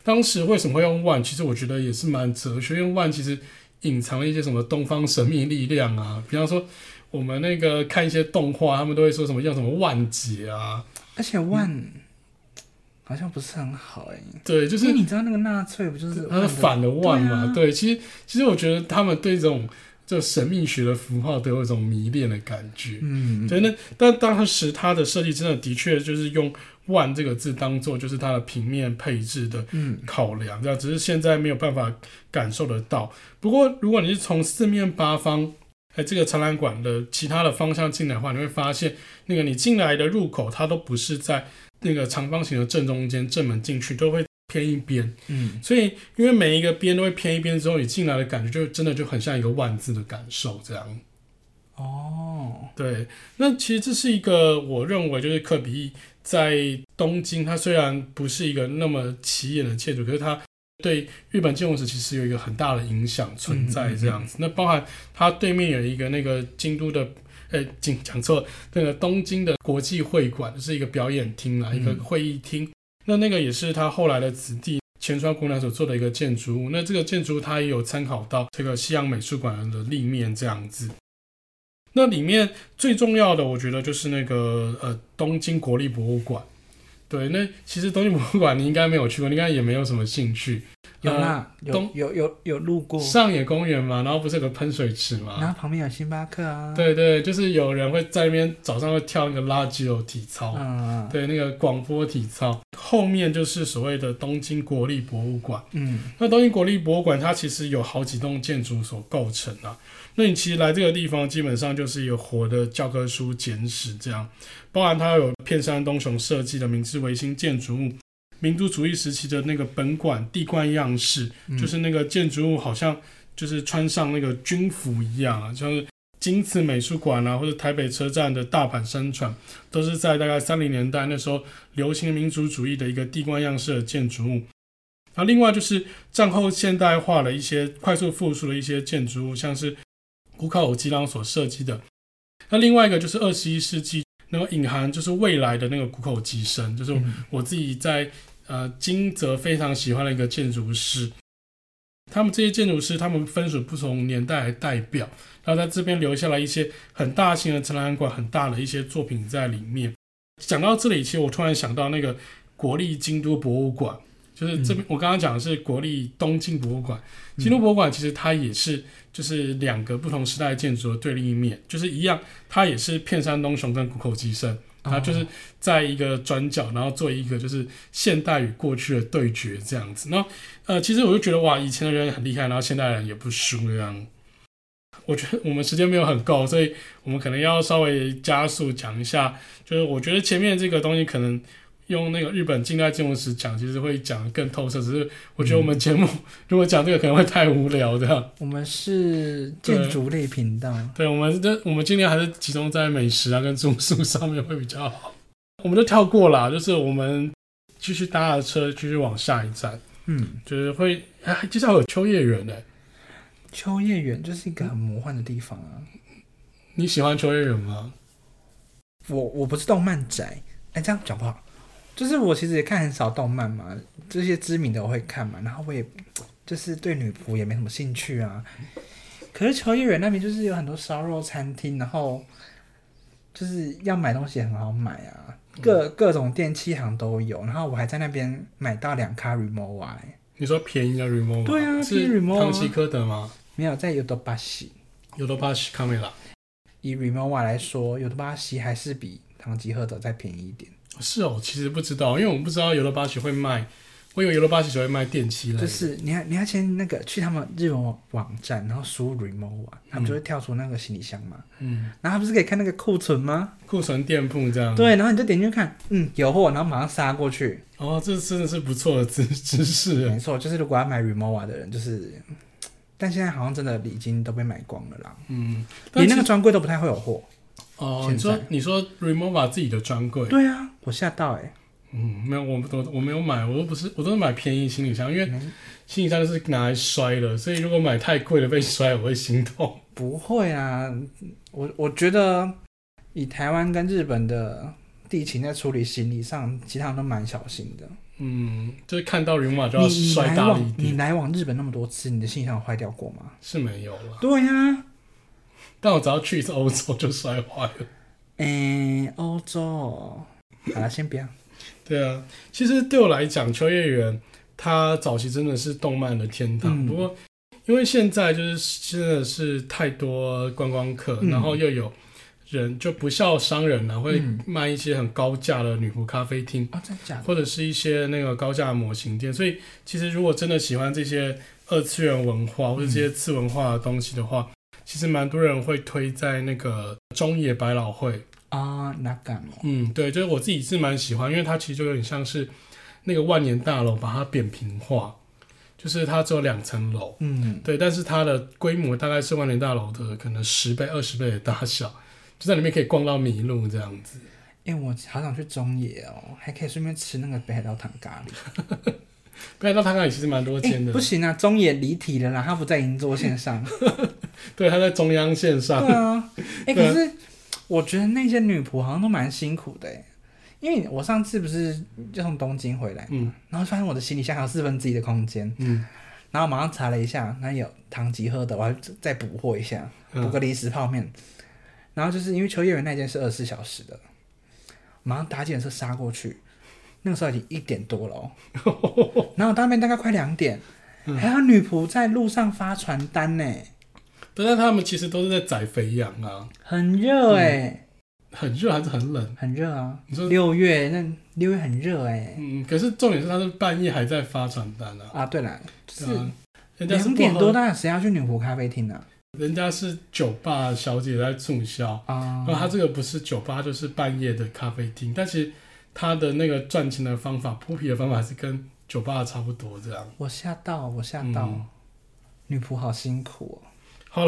S1: 当时为什么会用万？其实我觉得也是蛮哲学，因为万其实隐藏了一些什么东方神秘力量啊，比方说我们那个看一些动画，他们都会说什么用什么万劫啊，
S2: 而且万、好像不是很好哎、
S1: 对，就
S2: 就是是你知道那个纳粹不就是
S1: 它是
S2: 万的
S1: 反了万嘛，
S2: 对啊
S1: 对，其实其实我觉得他们对这种就神秘学的符号都有一种迷恋的感觉。
S2: 嗯，
S1: 对，那但当时它的设计真的的确就是用“万”这个字当做就是它的平面配置的
S2: 嗯
S1: 考量，这样只是现在没有办法感受得到。不过如果你是从四面八方，哎，这个展览馆的其他的方向进来的话，你会发现那个你进来的入口，它都不是在那个长方形的正中间正门进去，都会偏一边。
S2: 嗯，
S1: 所以因为每一个边都会偏一边之后，你进来的感觉就真的就很像一个万字的感受这样。
S2: 哦，
S1: 对，那其实这是一个我认为就是科比在东京，它虽然不是一个那么起眼的建筑，可是它对日本建筑史其实有一个很大的影响存在这样子。那包含它对面有一个那个京都的。呃，讲讲错了，那个东京的国际会馆是一个表演厅啦，一个
S2: 嗯
S1: 会议厅。那那个也是他后来的子弟前川国男所做的一个建筑物。那这个建筑物它也有参考到这个西洋美术馆的立面这样子。那里面最重要的，我觉得就是那个呃东京国立博物馆。对，那其实东京博物馆你应该没有去过，你应该也没有什么兴趣。
S2: 有啦，有
S1: 呃东
S2: 有有有路过，
S1: 上野公园嘛，然后不是有个喷水池
S2: 然
S1: 嘛？
S2: 后旁边有星巴克啊，，
S1: 对对，就是有人会在那边早上会跳那个拉吉欧体操。
S2: 嗯，，
S1: 对，那个广播体操后面就是所谓的东京国立博物馆。
S2: 嗯
S1: 那东京国立博物馆它其实有好几栋建筑所构成啊。那你其实来这个地方，基本上就是一个活的教科书简史这样，包含它有片山东雄设计的明治维新建筑物，民族主义时期的那个本馆地冠样式，
S2: 嗯，
S1: 就是那个建筑物好像就是穿上那个军服一样啊，像是金次美术馆啊，或者台北车站的大阪商船，都是在大概三零年代那时候流行民族主义的一个地冠样式的建筑物。然后另外就是战后现代化的一些快速复苏的一些建筑物，像是古考武吉郎所设计的。那另外一个就是二十一世纪，那么隐含就是未来的那个谷口吉生，就是
S2: 嗯
S1: 我自己在呃金泽非常喜欢的一个建筑师。他们这些建筑师，他们分属不同年代来代表，然后在这边留下了一些很大型的展览馆，很大的一些作品在里面。讲到这里，其实我突然想到那个国立京都博物馆，就是这边、我刚刚讲的是国立东京博物馆，京都博物馆其实它也是就是两个不同时代建筑的对立面，就是一样，它也是片山东雄跟谷口吉生。它就是在一个转角，然后做一个就是现代与过去的对决这样子。那呃，其实我就觉得哇，以前的人很厉害，然后现代人也不输这样。我觉得我们时间没有很够，所以我们可能要稍微加速讲一下。就是我觉得前面这个东西可能用那个日本近代建筑史讲，其实会讲得更透彻。只是我觉得我们节目、如果讲这个可能会太无聊这样。
S2: 我们是
S1: 对
S2: 建筑类频道，
S1: 对，我们这我们今天还是集中在美食啊跟住宿上面会比较好，我们就跳过啦，就是我们继续搭着车继续往下一站，
S2: 嗯，
S1: 就是会哎，接下来有秋叶原呢、
S2: 秋叶原就是一个很魔幻的地方啊。
S1: 你喜欢秋叶原吗？
S2: 我我不是动漫宅，哎、这样讲不好。就是我其实也看很少动漫嘛，这些知名的我会看嘛，然后我也就是对女仆也没什么兴趣啊。可是秋叶原那边就是有很多烧肉餐厅，然后就是要买东西也很好买啊，各各种电器行都有，然后我还在那边买到两卡 Remova，、欸、
S1: 你说便宜的 remote
S2: 对啊便宜
S1: 是
S2: remote 啊
S1: 唐吉诃德吗
S2: 没有在 u d o b a s h i
S1: u d o b a s h Camera
S2: 以 Remova 来说 u d o b a s h i 还是比唐吉诃德再便宜一点，
S1: 是哦，其实不知道，因为我们不知道 u d o b a s h 会卖，我以为 u d o b a s h 只会卖电器类的，
S2: 就是你要你要先那个去他们日文网站，然后输入 Remova，他啊们就会跳出那个行李箱嘛，
S1: 嗯，
S2: 然后他不是可以看那个库存吗？
S1: 库存店铺这样。，
S2: 对，然后你就点进去看，嗯，有货，然后马上杀过去，
S1: 哦，这真的是不错的知知识啊耶。
S2: 没错，就是如果要买 Remova 的人，就是，嗯但现在好像真的已经都被买光了啦，
S1: 嗯，但
S2: 连那
S1: 其
S2: 个专柜都不太会有货。
S1: 哦，
S2: 现
S1: 你说
S2: 在
S1: 你说 Remova 自己的专柜，
S2: 对啊，我吓到哎、
S1: 嗯，没有，我我我没有买，我都不是，我都是买便宜行李箱，因为
S2: 嗯
S1: 行李箱是拿来摔的，所以如果买太贵的被摔，我会心痛。
S2: 不会啊，我我觉得以台湾跟日本的地勤在处理行李上，其他人都蛮小心的。
S1: 嗯，就是看到 Remova 就要
S2: 你你
S1: 摔
S2: 来
S1: 大力一
S2: 往你
S1: 点，
S2: 来往日本那么多次，你的行李箱有坏掉过吗？
S1: 是没有了。
S2: 对呀、啊，
S1: 但我只要去一次欧洲就摔坏了。
S2: 诶、欧洲哦，好了，先不要。
S1: 对啊，其实对我来讲，秋叶原它早期真的是动漫的天堂。
S2: 嗯
S1: 不过，因为现在就是真的是太多观光客，
S2: 嗯
S1: 然后又有人就不孝商人啊，会
S2: 嗯
S1: 卖一些很高价的女仆咖啡厅，
S2: 哦，真的假的？
S1: 或者是一些那个高价的模型店。所以，其实如果真的喜欢这些二次元文化或者这些
S2: 嗯
S1: 次文化的东西的话，其实蛮多人会推在那个中野百老汇。
S2: 啊，那干嘛？
S1: 嗯，对，就是我自己是蛮喜欢，因为它其实就有点像是那个万年大楼把它扁平化，就是它只有两层楼，
S2: 嗯，
S1: 对，但是它的规模大概是万年大楼的可能十倍、二十倍的大小，就在里面可以逛到迷路这样子。
S2: 因为我好想去中野哦，还可以顺便吃那个北海道糖咖喱。
S1: 北海道它那里其实蛮多间
S2: 欸
S1: 的，
S2: 不行啊，中野离题了啦，他不在银座线上。
S1: 对，它在中央线上，
S2: 对啊，哎、
S1: 对啊
S2: 可是我觉得那些女仆好像都蛮辛苦的、欸，因为我上次不是就从东京回来，
S1: 嗯
S2: 然后发现我的行李箱还有四分之一的空间，
S1: 嗯
S2: 然后马上查了一下，那有唐吉诃德，我还再补货一下，补
S1: 嗯，
S2: 个零食泡面。然后就是因为秋叶原那间是二十四小时的，马上搭计程车杀过去，那个时候已经一点多了哦、然后到那边大概快两点，还有女仆在路上发传单呢、
S1: 但是他们其实都是在宰肥羊啊，
S2: 很热哎、
S1: 很热还是很冷？
S2: 很热啊
S1: 你说。
S2: 六月那六月很热哎、
S1: 嗯，可是重点是他是半夜还在发传单啊，
S2: 啊，对啦，就
S1: 对
S2: 是
S1: 啊人家是
S2: 两
S1: 不
S2: 点
S1: 喝
S2: 多，大家谁要去女仆咖啡厅啊呢、
S1: 人家是酒吧小姐在促销，
S2: 啊？啊、
S1: 然后它这个不是酒吧，就是半夜的咖啡厅，但其实它的那个赚钱的方法、铺皮的方法是跟酒吧差不多这样。
S2: 我吓到，我吓到，
S1: 嗯，
S2: 女仆好辛苦哦。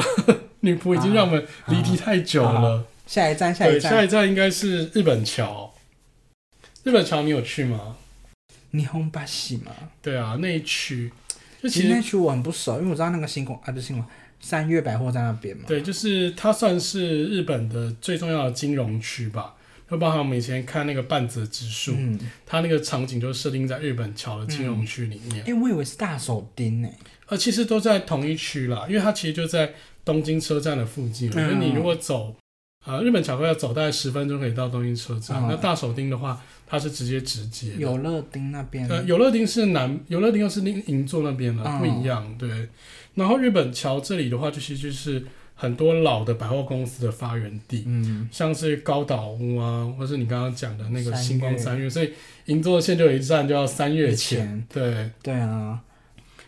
S1: 女仆已经让我们离题太久了。
S2: 下一站，下一
S1: 对，下
S2: 站，
S1: 一站应该是日本桥。日本桥你有去吗？
S2: 霓虹巴西嘛。
S1: 对啊，那一区就
S2: 其
S1: 其
S2: 实那
S1: 实
S2: 区我很不熟，因为我知道那个新宫啊，不是新宫，三月百货在那边嘛。
S1: 对，就是它算是日本的最重要的金融区吧。就包含我们以前看那个半泽直树，
S2: 嗯，
S1: 它那个场景就设定在日本桥的金融区里面。
S2: 哎、我以为是大手钉呢、
S1: 呃，其实都在同一区啦，因为它其实就在东京车站的附近。所以、
S2: 嗯
S1: 你如果走，呃，日本巧克力要走大概十分钟可以到东京车站。
S2: 嗯
S1: 那大手町的话，它是直接直接的。
S2: 有乐町那边。
S1: 呃，有乐町是南，有乐町又是另银座那边了，
S2: 嗯
S1: 不一样。对，然后日本桥这里的话，就其实就是很多老的百货公司的发源地。
S2: 嗯，
S1: 像是高岛屋啊，或是你刚刚讲的那个
S2: 三
S1: 星光
S2: 月
S1: 三月，所以银座线就有一站就要三月
S2: 月
S1: 前。
S2: 前。
S1: 对，
S2: 对 啊，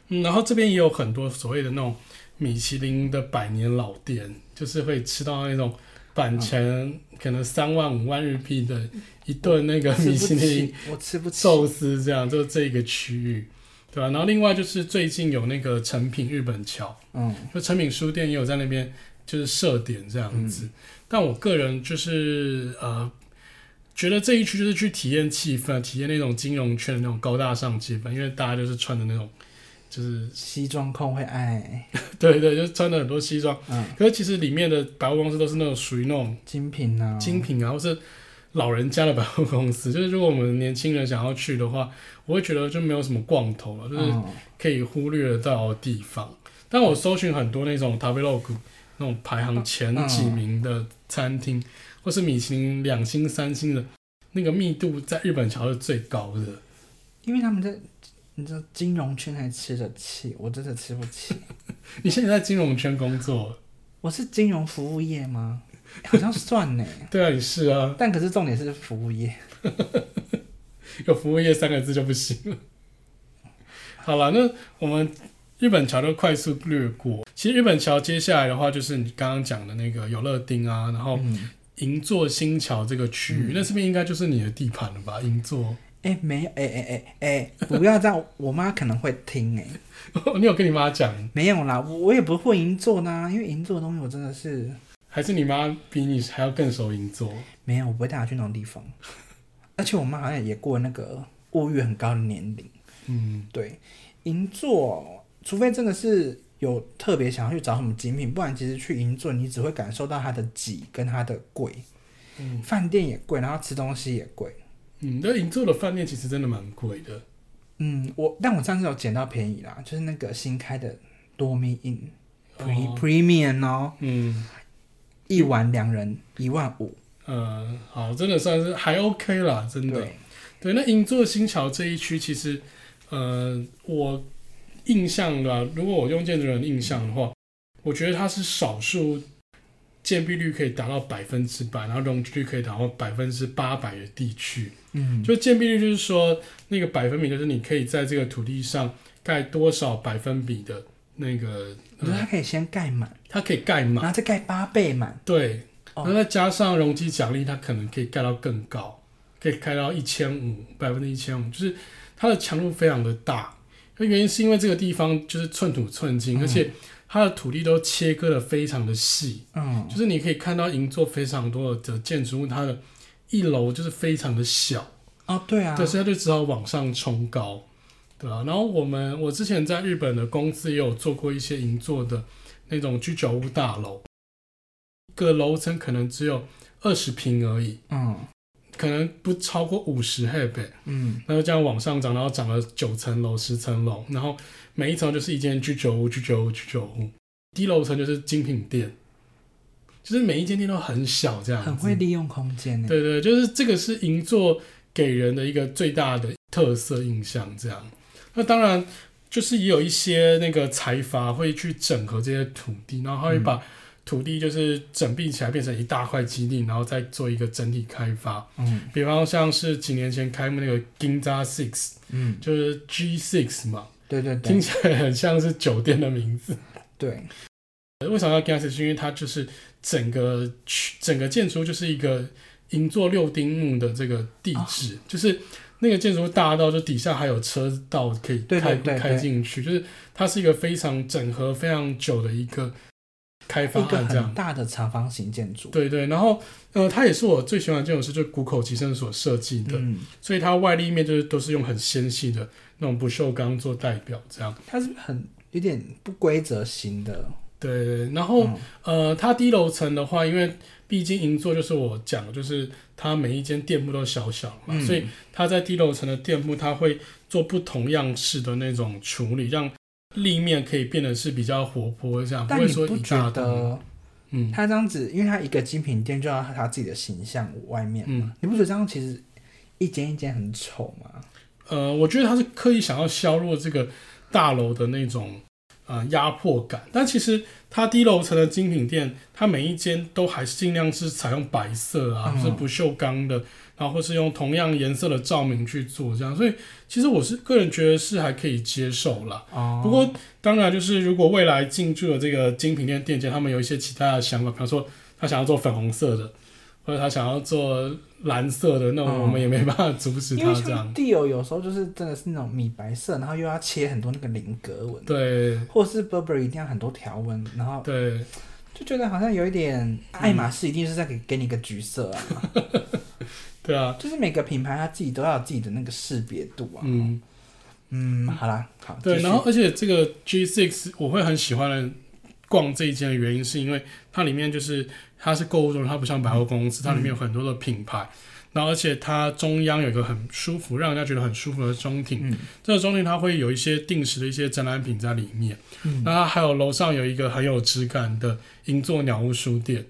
S1: 嗯，然后这边也有很多所谓的那种米其林的百年老店，就是会吃到那种板前、可能三万五万日币的一顿那个
S2: 吃
S1: 米
S2: 不
S1: 其林
S2: 起，我吃不起。
S1: 寿司，这样就这一个区域，对吧、然后另外就是最近有那个成品日本桥，
S2: 嗯，
S1: 就成品书店也有在那边就是设点这样子。但我个人就是呃，觉得这一区就是去体验气氛，体验那种金融圈的那种高大上气氛，因为大家就是穿的那种。就是
S2: 西装控会爱。
S1: 对对，就是穿了很多西装，
S2: 嗯。
S1: 可是其实里面的百货公司都是那种属于那种
S2: 精品啊，
S1: 精品啊，或是老人家的百货公司。就是如果我们年轻人想要去的话，我会觉得就没有什么逛头了，就是
S2: 嗯
S1: 可以忽略得到的地方。但我搜寻很多那种 t a b l o g 那种排行前几名的餐厅，或是米其林两星、三星的，那个密度在日本桥是最高的。
S2: 因为他们在你知道金融圈还吃得起，我真的吃不起。
S1: 你现在在金融圈工作，
S2: 我是金融服务业吗？ 好像算呢，
S1: 对啊，你是啊，
S2: 但可是重点是服务业。
S1: 有服务业三个字就不行了。好了，那我们日本桥就快速略过。其实日本桥接下来的话，就是你刚刚讲的那个有乐町啊，然后
S2: 嗯，
S1: 银座新桥这个区域，那这边应该就是你的地盘了吧？银座，
S2: 哎、没有，哎哎哎哎，不要这样，我妈可能会听哎、
S1: 你有跟你妈讲，
S2: 没有啦，我我也不会银座呢，因为银座的东西我真的是
S1: 还是你妈比你还要更熟银座？
S2: 没有，我不会带她去那种地方。 而且我妈好像也过那个物欲很高的年龄，
S1: 嗯，
S2: 对，银座，除非真的是有特别想要去找什么精品，不然其实去银座你只会感受到它的挤跟它的贵，
S1: 嗯
S2: 饭店也贵，然后吃东西也贵。
S1: 嗯，那银座的饭店其实真的蛮贵的。
S2: 嗯，我但我上次有捡到便宜啦，就是那个新开的多米 in pre、
S1: 哦
S2: premium 哦，
S1: 嗯
S2: 一晚两人一万五，
S1: 呃，好，真的算是还 OK 啦，真的。
S2: 对，
S1: 对，那银座新桥这一区，其实呃，我印象的、啊，如果我用建筑人的印象的话，我觉得它是少数建蔽率可以达到百分之百，然后容积率可以达到百分之八百的地区。
S2: 嗯，
S1: 就建蔽率就是说，那个百分比就是你可以在这个土地上盖多少百分比的那个，
S2: 我觉得
S1: 呃、
S2: 它可以先盖满，
S1: 它可以盖
S2: 然
S1: 满，
S2: 后再盖八倍满，
S1: 对，然
S2: 哦
S1: 后再加上容积奖励，它可能可以盖到更高，可以盖到一千五百分之一千五，就是它的强度非常的大。那原因是因为这个地方就是寸土寸金，
S2: 嗯
S1: 而且它的土地都切割的非常的细，
S2: 嗯，
S1: 就是你可以看到银座非常多的建筑物，它的一楼就是非常的小。
S2: 哦，对啊，
S1: 对，所以他就只好往上冲高，对啊。然后我们我之前在日本的公司也有做过一些银座的那种居酒屋大楼，一个楼层可能只有二十平而已，
S2: 嗯
S1: 可能不超过五十 h e b
S2: 嗯，
S1: 那就这样往上涨，然后涨了九层楼、十层楼，然后每一层就是一间居酒屋、居酒屋、居酒屋，低楼层就是精品店，就是每一间店都很小，这样子
S2: 很会利用空间呢。
S1: 对对，就是这个是银座给人的一个最大的特色印象。这样，那当然就是也有一些那个财阀会去整合这些土地，然后他会把土地就是整并起来变成一大块基地，然后再做一个整体开发。
S2: 嗯
S1: 比方像是几年前开幕那个 Ginza Six，
S2: 嗯，
S1: 就是 G Six 嘛，
S2: 对对对
S1: 听起来很像是酒店的名字。
S2: 对，
S1: 为什么要 Ginza Six？因为它就是整个区整个建筑就是一个银座六丁目的这个地址，
S2: 哦
S1: 就是那个建筑大到就底下还有车道可以开
S2: 对对对对
S1: 开进去，就是它是一个非常整合非常久的一个开发
S2: 一个
S1: 案这
S2: 很
S1: 样。
S2: 大的长方形建筑。
S1: 对对，然后呃，它也是我最喜欢的建筑师，就是谷口吉生所设计的，
S2: 嗯，
S1: 所以它外立面就是都是用很纤细的那种不锈钢做代表这样。
S2: 它是很有点不规则型的。
S1: 对对，然后
S2: 嗯
S1: 呃，它低楼层的话，因为毕竟银座就是我讲的，就是它每一间店铺都小小嘛，
S2: 嗯
S1: 所以它在低楼层的店铺，它会做不同样式的那种处理，让立面可以变得是比较活泼这样，不
S2: 但
S1: 会
S2: 你
S1: 说
S2: 不
S1: 一
S2: 觉
S1: 大堆。
S2: 得
S1: 嗯，
S2: 它这样子，因为它一个精品店就要它自己的形象外面
S1: 嗯
S2: 嘛，你不觉得这样其实一间一间很丑吗？
S1: 呃，我觉得他是刻意想要削弱这个大楼的那种呃压迫感，但其实它低楼层的精品店，它每一间都还是尽量是采用白色啊，
S2: 嗯
S1: 是不锈钢的，然后或是用同样颜色的照明去做这样，所以其实我是个人觉得是还可以接受啦。
S2: 哦
S1: 不过当然就是如果未来进驻的这个精品店店家，他们有一些其他的想法，比方说他想要做粉红色的，或者他想要做蓝色的，那
S2: 嗯
S1: 我们也没办法阻止
S2: 因
S1: 他
S2: 为
S1: 这样
S2: 像。地友有时候就是真的是那种米白色，然后又要切很多那个菱格
S1: 嗯
S2: 纹，
S1: 对
S2: 或是 Burberry 一定要很多条纹，然后
S1: 对，
S2: 就觉得好像有一点爱马仕一定是在给给你一个橘色啊，
S1: 对啊，
S2: 就是每个品牌它自己都要有自己的那个识别度啊。
S1: 嗯，
S2: 嗯，好啦，好，
S1: 对。
S2: 继续
S1: 然后，而且这个 G Six 我会很喜欢的逛这一间的原因，是因为它里面就是它是购物中心，它不像百货公
S2: 嗯
S1: 司，它里面有很多的品牌。然后，而且它中央有一个很舒服，让人家觉得很舒服的中庭。
S2: 嗯
S1: 这个中庭它会有一些定时的一些展览品在里面。
S2: 嗯
S1: 那它还有楼上有一个很有质感的银座鸟屋书店。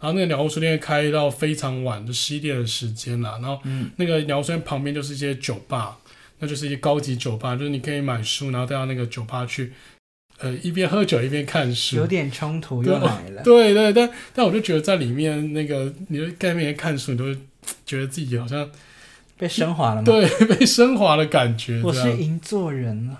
S1: 然后那个鸟屋书店开到非常晚，就十一点的时间啦。然后
S2: 嗯
S1: 那个鸟屋书店旁边就是一些酒吧，那就是一些高级酒吧，就是你可以买书，然后带到那个酒吧去，呃，一边喝酒一边看书
S2: 有。点冲突又来了。
S1: 对对，但但我就觉得在里面那个，你就在那边看书，你就会觉得自己好像
S2: 被升华了吗？
S1: 对被升华的感觉。
S2: 我
S1: 这样
S2: 是银座人啊，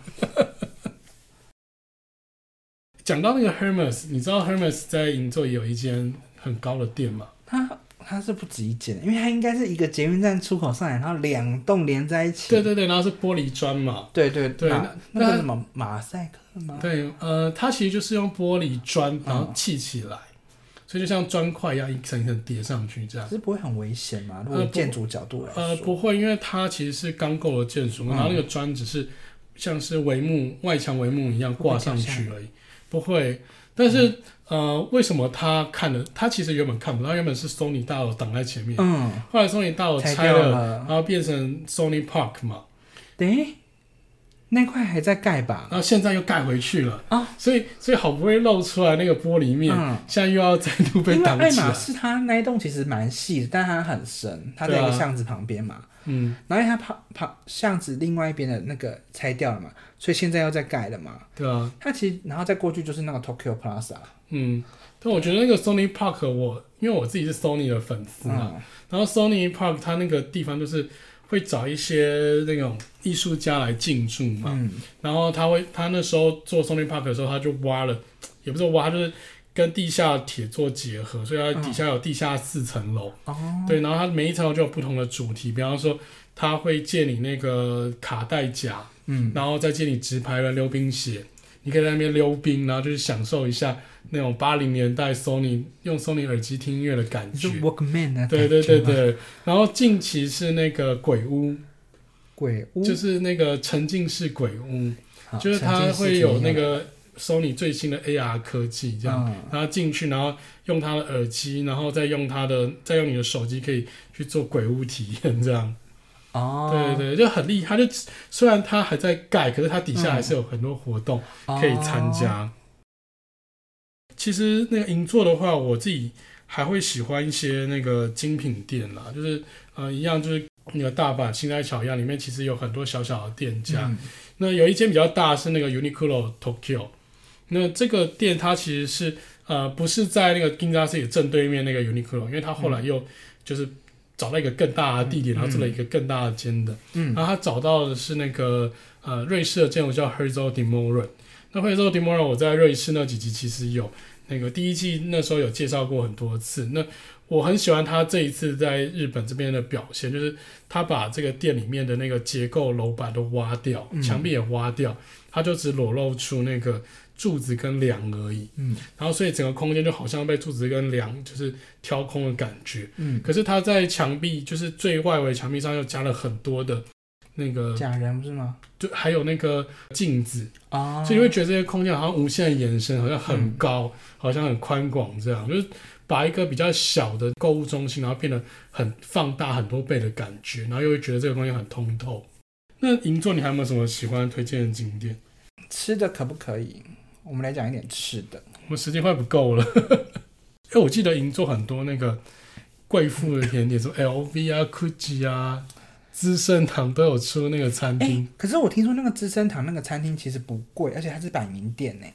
S1: 讲到那个 Hermes，你知道 Hermes 在银座也有一间很高的店吗？
S2: 他他是不止一间，因为他应该是一个捷运站出口上来，然后两栋连在一起。
S1: 对对对，然后是玻璃砖嘛。
S2: 对对
S1: 对
S2: 马
S1: 那
S2: 那
S1: 那
S2: 个什么马赛克吗？
S1: 对，呃，它其实就是用玻璃砖然
S2: 嗯
S1: 后砌起来，所以就像砖块一样一层一层叠上去这样
S2: 可。是不会很危险吗？如
S1: 呃
S2: 果
S1: 不
S2: 建筑角度来说，
S1: 呃，不会，因为它其实是钢构的建筑，
S2: 嗯
S1: 然后那个砖只是像是帷幕外墙帷幕一样挂上去
S2: 嗯
S1: 而已，不会。但是、呃，为什么他看的？他其实原本看不到，它原本是 Sony 大楼挡在前面，
S2: 嗯，
S1: 后来 Sony 大楼
S2: 拆
S1: 哦拆
S2: 掉
S1: 了，
S2: 了
S1: 然。后变成 Sony Park 嘛，
S2: 等于那块还在盖吧
S1: 然？后现在又盖回去了
S2: 啊，
S1: 所以所以好不容易露出来那个玻璃面，
S2: 嗯，
S1: 现在又要再度被
S2: 因为
S1: 挡
S2: 爱
S1: 起
S2: 马
S1: 来。
S2: 仕它那一栋其实蛮细的，但它很深，它
S1: 对
S2: 在一
S1: 啊
S2: 个巷子旁边嘛。
S1: 嗯，
S2: 然后因为它旁旁巷子另外一边的那个拆掉了嘛，所以现在又在盖了嘛。
S1: 对啊，
S2: 它其实然后再过去就是那个 Tokyo Plaza，
S1: 嗯，但我觉得那个 Sony Park 我。因为我自己是 Sony 的粉丝嘛，
S2: 嗯，
S1: 然后 Sony Park 它那个地方就是会找一些那种艺术家来进驻嘛，
S2: 嗯，
S1: 然后他会他那时候做 Sony Park 的时候，他就挖了，也不是挖，他就是跟地下铁做结合，所以它底下有地下四层楼，
S2: 哦，
S1: 对，然后它每一层楼就有不同的主题，比方说他会借你那个卡带夹，
S2: 嗯，
S1: 然后再借你直排轮溜冰鞋，你可以在那边溜冰，然后就是享受一下那种八零年代 Sony 用 Sony 耳机听音乐的感
S2: 你
S1: 觉
S2: 是。Workman 的感觉吗，
S1: 对对对对，然后近期是那个鬼屋，
S2: 鬼屋
S1: 就是那个沉浸式鬼屋，
S2: 好
S1: 就是
S2: 啊沉
S1: 它
S2: 浸式
S1: 会有
S2: 体
S1: 那
S2: 验
S1: 个 Sony 最新的 AR 科技这样，
S2: 嗯
S1: 然后进去，然后用它的耳机，然后再用它的，再用你的手机可以去做鬼屋体验这样。
S2: 哦，
S1: 啊对对，就很厉害。就虽然它还在盖，可是它底下还是有很多活动
S2: 哦
S1: 可以参加。其实那个银座的话，我自己还会喜欢一些那个精品店啦，就是呃一样就是那个大阪新斋桥一样，里面其实有很多小小的店家。
S2: 嗯
S1: 那有一间比较大是那个 Uniqlo Tokyo，那这个店它其实是呃不是在那个 Ginza City 正对面那个 Uniqlo，因为它后来又就是找到一个更大的地点，
S2: 嗯
S1: 然后做了一个更大的间的。
S2: 嗯，
S1: 然后他找到的是那个呃瑞士的建筑叫 Herzog de Meuron。那 Herzog de Meuron 我在瑞士那几集其实有那个第一季那时候有介绍过很多次。那我很喜欢他这一次在日本这边的表现，就是他把这个店里面的那个结构楼板都挖掉，
S2: 嗯
S1: 墙壁也挖掉，他就只裸露出那个柱子跟梁而已。
S2: 嗯
S1: 然后所以整个空间就好像被柱子跟梁就是挑空的感觉。
S2: 嗯，
S1: 可是它在墙壁，就是最外围墙壁上又加了很多的那个，
S2: 假人不是吗？
S1: 就还有那个镜子，
S2: 哦，
S1: 所以你会觉得这些空间好像无限延伸，好像很高，好像很宽广，这样就是把一个比较小的购物中心，然后变得很放大很多倍的感觉，然后又会觉得这个空间很通透。那银座你还有没有什么喜欢推荐的景点？
S2: 吃的可不可以？我们来讲一点吃的。
S1: 我们时间快不够了， 哎、我记得银座很多那个贵妇的甜点，什么 LV 啊、GUCCI 啊、资生堂都有出那个餐
S2: 哎、
S1: 厅，
S2: 可是我听说那个资生堂那个餐厅其实不贵，而且它是百名店呢。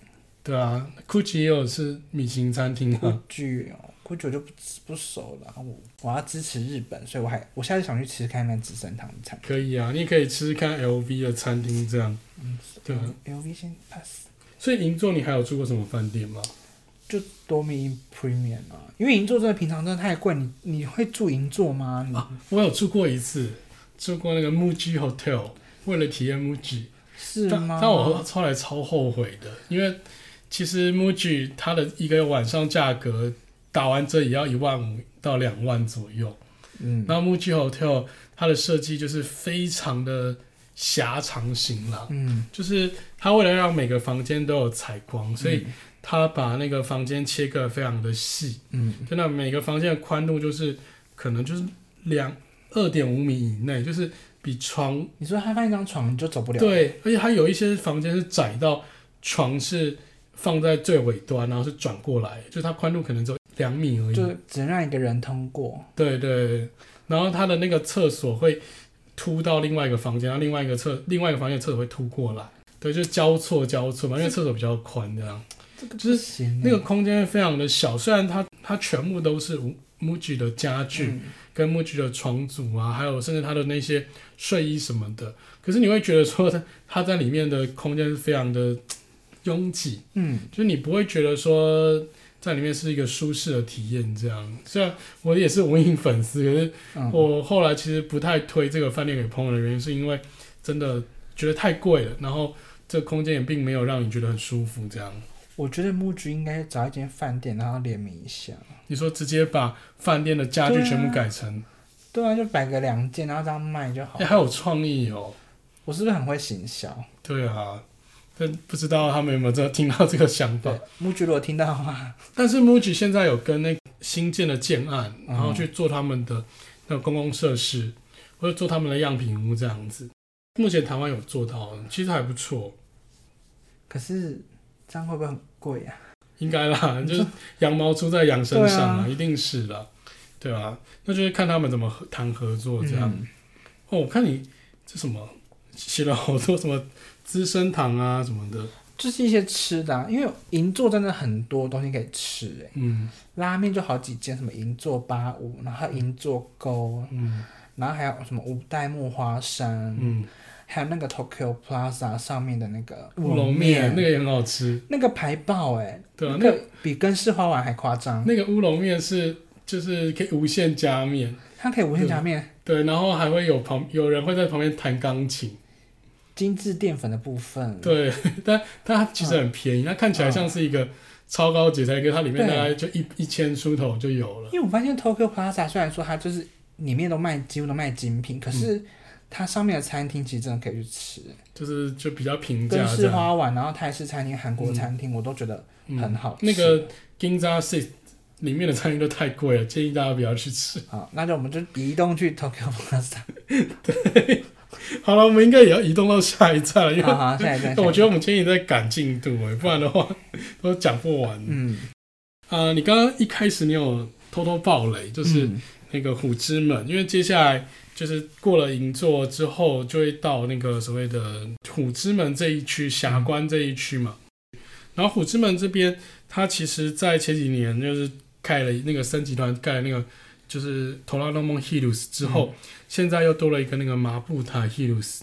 S1: 对啊，GUCCI 也有是米其林餐厅
S2: 估
S1: 啊，
S2: 计哦，估计我就不不熟了。我我要支持日本，所以我还我下次想去吃看看资生堂的餐。
S1: 可以啊，你也可以吃吃看 LV 的餐厅这样。
S2: 嗯，
S1: 对啊
S2: LV 先 pass，
S1: 所以银座你还有住过什么饭店吗？
S2: 就多米 Premium 啊，因为银座真的平常真的太贵，你你会住银座吗？你、
S1: 我有住过一次，住过那个 MUJI Hotel，为了体验 MUJI，
S2: 是
S1: 但
S2: 吗？
S1: 但我后来超后悔的，因为其实 MUJI 它的一个晚上价格打完折也要一万五到两万左右。
S2: 嗯
S1: 那 MUJI Hotel 它的设计就是非常的狭长型啦，
S2: 嗯，
S1: 就是它为了让每个房间都有采光，所以
S2: 嗯
S1: 它把那个房间切割得非常的细，
S2: 嗯
S1: 真的每个房间的宽度就是可能就是两二点五米以内，就是比床
S2: 你说他放一张床你就走不了，，
S1: 对，而且它有一些房间是窄到床是放在最尾端，然后是转过来，就是它宽度可能只有两米而已。
S2: 就只能让一个人通过。
S1: 对对，然后他的那个厕所会突到另外一个房间，然后另外一个厕另外一个房间的厕所会突过来，对，就交错交错嘛，因为厕所比较宽，这样
S2: 这个
S1: 就是
S2: 行欸
S1: 那个空间非常的小。虽然它它全部都是 MUJI 的家具，
S2: 嗯
S1: 跟 MUJI 的床组啊，还有甚至它的那些睡衣什么的，可是你会觉得说它它在里面的空间是非常的拥挤，
S2: 嗯，
S1: 就是你不会觉得说在里面是一个舒适的体验这样。虽然我也是无印粉丝，可是
S2: 嗯
S1: 我后来其实不太推这个饭店给朋友的原因，是因为真的觉得太贵了，然后这个空间也并没有让你觉得很舒服。这样，
S2: 我觉得木居应该找一间饭店，然后联名一下。
S1: 你说直接把饭店的家具
S2: 对啊
S1: 全部改成，
S2: 对啊，就摆个两件，然后这样卖就好
S1: 哎、。还有创意哦。
S2: 我是不是很会行销？
S1: 对啊，但不知道他们有没有真的听到这个想法
S2: 对。，木居如果听到的话，
S1: 但是 MUJI 现在有跟那新建的建案，
S2: 嗯
S1: 然后去做他们的那个公共设施，或者做他们的样品屋这样子。目前台湾有做到，其实还不错，
S2: 可是这样会不会很贵啊？
S1: 应该啦，就是羊毛出在羊身上嗯啊，
S2: 对啊
S1: 一定是啦，对啊，那就是看他们怎么合谈合作这样。
S2: 嗯
S1: 哦，我看你这什么写了好多什么资生堂啊什么的，
S2: 就是一些吃的、啊，因为银座真的很多东西可以吃、欸，
S1: 嗯
S2: 拉面就好几间，什么银座八五，然后银座沟，
S1: 嗯
S2: 然后还有什么五代目花山，
S1: 嗯，
S2: 还有那个 Tokyo Plaza 上面的那个
S1: 乌龙面那个也很好吃，
S2: 那个排爆哎、
S1: 对啊，
S2: 那
S1: 那个
S2: 个比根式花丸还夸张，
S1: 那个乌龙面是就是可以无限加面。
S2: 它可以无限加面，
S1: 对，然后还会有旁有人会在旁边弹钢琴，
S2: 精致淀粉的部分，，
S1: 对， 但但它其实很便宜，它看起来像是一个超高级餐，可是它里面大
S2: 嗯对
S1: 概就一一千出头就有了。
S2: 因为我发现 Tokyo Plaza 虽然说它就是里面都卖几乎都卖精品，可是它上面的餐厅其实真的可以去吃，
S1: 就是就比较平价
S2: 根
S1: 啊这
S2: 式
S1: 样。
S2: 花丸，然后泰式餐厅、韩国餐厅，我都觉得很
S1: 嗯，
S2: 好吃。
S1: 那个 Ginza Six 里面的餐厅都太贵了，建议大家不要去吃。
S2: 好，那就我们就移动去 Tokyo Plaza。
S1: 好了，我们应该也要移动到下一站了，因
S2: 好
S1: 为
S2: 好，下一站。
S1: 我觉得
S2: 得，
S1: 我们今天也在赶进度哎、不然的话都讲不完。
S2: 嗯，
S1: 啊、你刚刚一开始你有偷偷爆雷，就是。
S2: 嗯
S1: 那个虎之门，因为接下来就是过了银座之后，就会到那个所谓的虎之门这一区、峡关这一区嘛。然后虎之门这边，它其实在前几年就是盖了那个三集团盖了那个就是头拉诺梦 Hills 之后，现在又多了一个那个麻布塔 Hills。